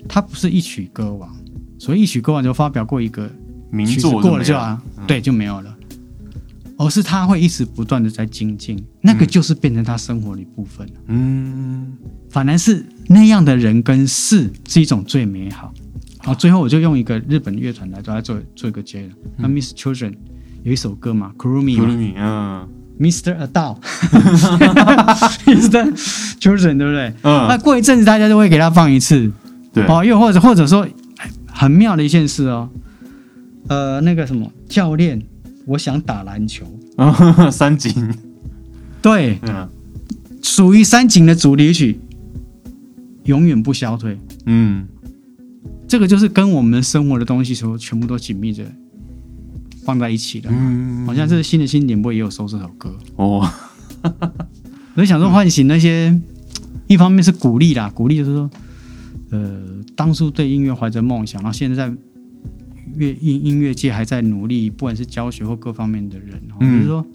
[SPEAKER 3] 他不是一曲歌王，所以一曲歌王就发表过一个
[SPEAKER 2] 名
[SPEAKER 3] 曲
[SPEAKER 2] 作
[SPEAKER 3] 子过了就
[SPEAKER 2] 啊，
[SPEAKER 3] 啊，对，就没有了。而是他会一直不断的在精进，那个就是变成他生活的一部分了。
[SPEAKER 2] 嗯
[SPEAKER 3] 反而是那样的人跟事是一种最美好。好，最后我就用一个日本乐团来做来做做一个结论。那 Miss Children 有一首歌嘛
[SPEAKER 2] 古鲁
[SPEAKER 3] ，Kurumi 嘛
[SPEAKER 2] 米嗯
[SPEAKER 3] Mr. [LAUGHS] Adult，Mr. Children 对不对？那
[SPEAKER 2] 嗯
[SPEAKER 3] 过一阵子大家就会给他放一次，
[SPEAKER 2] 对
[SPEAKER 3] 哦，又或者或者说哎很妙的一件事哦，呃，那个什么教练，我想打篮球，
[SPEAKER 2] 嗯 [LAUGHS] 三井
[SPEAKER 3] 对，
[SPEAKER 2] 嗯
[SPEAKER 3] 属于三井的主题曲，永远不消退，
[SPEAKER 2] 嗯
[SPEAKER 3] 这个就是跟我们生活的东西所全部都紧密着放在一起的。
[SPEAKER 2] 嗯
[SPEAKER 3] 好像这是新的新点播也有收这首歌，
[SPEAKER 2] 哦
[SPEAKER 3] 我就想说唤醒那些，一方面是鼓励啦，鼓励就是说，呃，当初对音乐怀着梦想，然后现在在乐音音乐界还在努力，不管是教学或各方面的人，哦
[SPEAKER 2] 嗯
[SPEAKER 3] 就是说，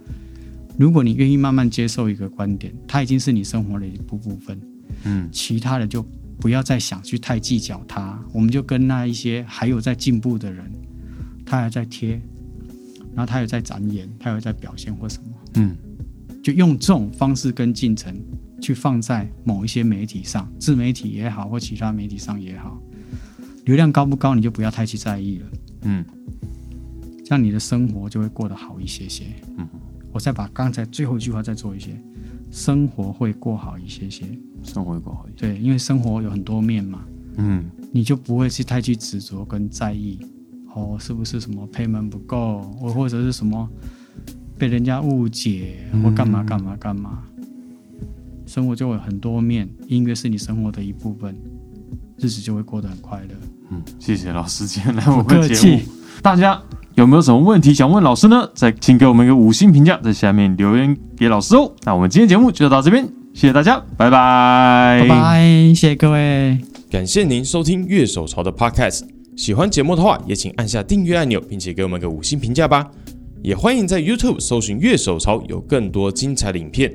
[SPEAKER 3] 如果你愿意慢慢接受一个观点，它已经是你生活的一部部分，
[SPEAKER 2] 嗯
[SPEAKER 3] 其他的就不要再想去太计较它，我们就跟那一些还有在进步的人，他还在贴，然后他有在展演，他有在表现或什么。
[SPEAKER 2] 嗯
[SPEAKER 3] 就用这种方式跟进程去放在某一些媒体上，自媒体也好，或其他媒体上也好，流量高不高，你就不要太去在意了，
[SPEAKER 2] 嗯
[SPEAKER 3] 这样你的生活就会过得好一些些。
[SPEAKER 2] 嗯，
[SPEAKER 3] 我再把刚才最后一句话再做一些，生活会过好一些些。
[SPEAKER 2] 生活会过好一点。
[SPEAKER 3] 对，因为生活有很多面嘛，
[SPEAKER 2] 嗯
[SPEAKER 3] 你就不会去太去执着跟在意，哦，是不是什么 payment 不够，或或者是什么被人家误解，或
[SPEAKER 2] 嗯
[SPEAKER 3] 干嘛干嘛干嘛。生活就有很多面，音乐是你生活的一部分，日子就会过得很快乐。
[SPEAKER 2] 嗯，谢谢老师今天来我
[SPEAKER 3] 不客
[SPEAKER 2] 们哦节目
[SPEAKER 3] 气。
[SPEAKER 2] 大家有没有什么问题想问老师呢？再请给我们一个五星评价，在下面留言给老师哦。那我们今天节目就到这边，谢谢大家，拜拜，
[SPEAKER 3] 拜拜，谢谢各位。
[SPEAKER 1] 感谢您收听乐手潮的 Podcast。喜欢节目的话，也请按下订阅按钮，并且给我们个五星评价吧。也欢迎在 YouTube 搜寻“乐手潮”，有更多精彩的影片。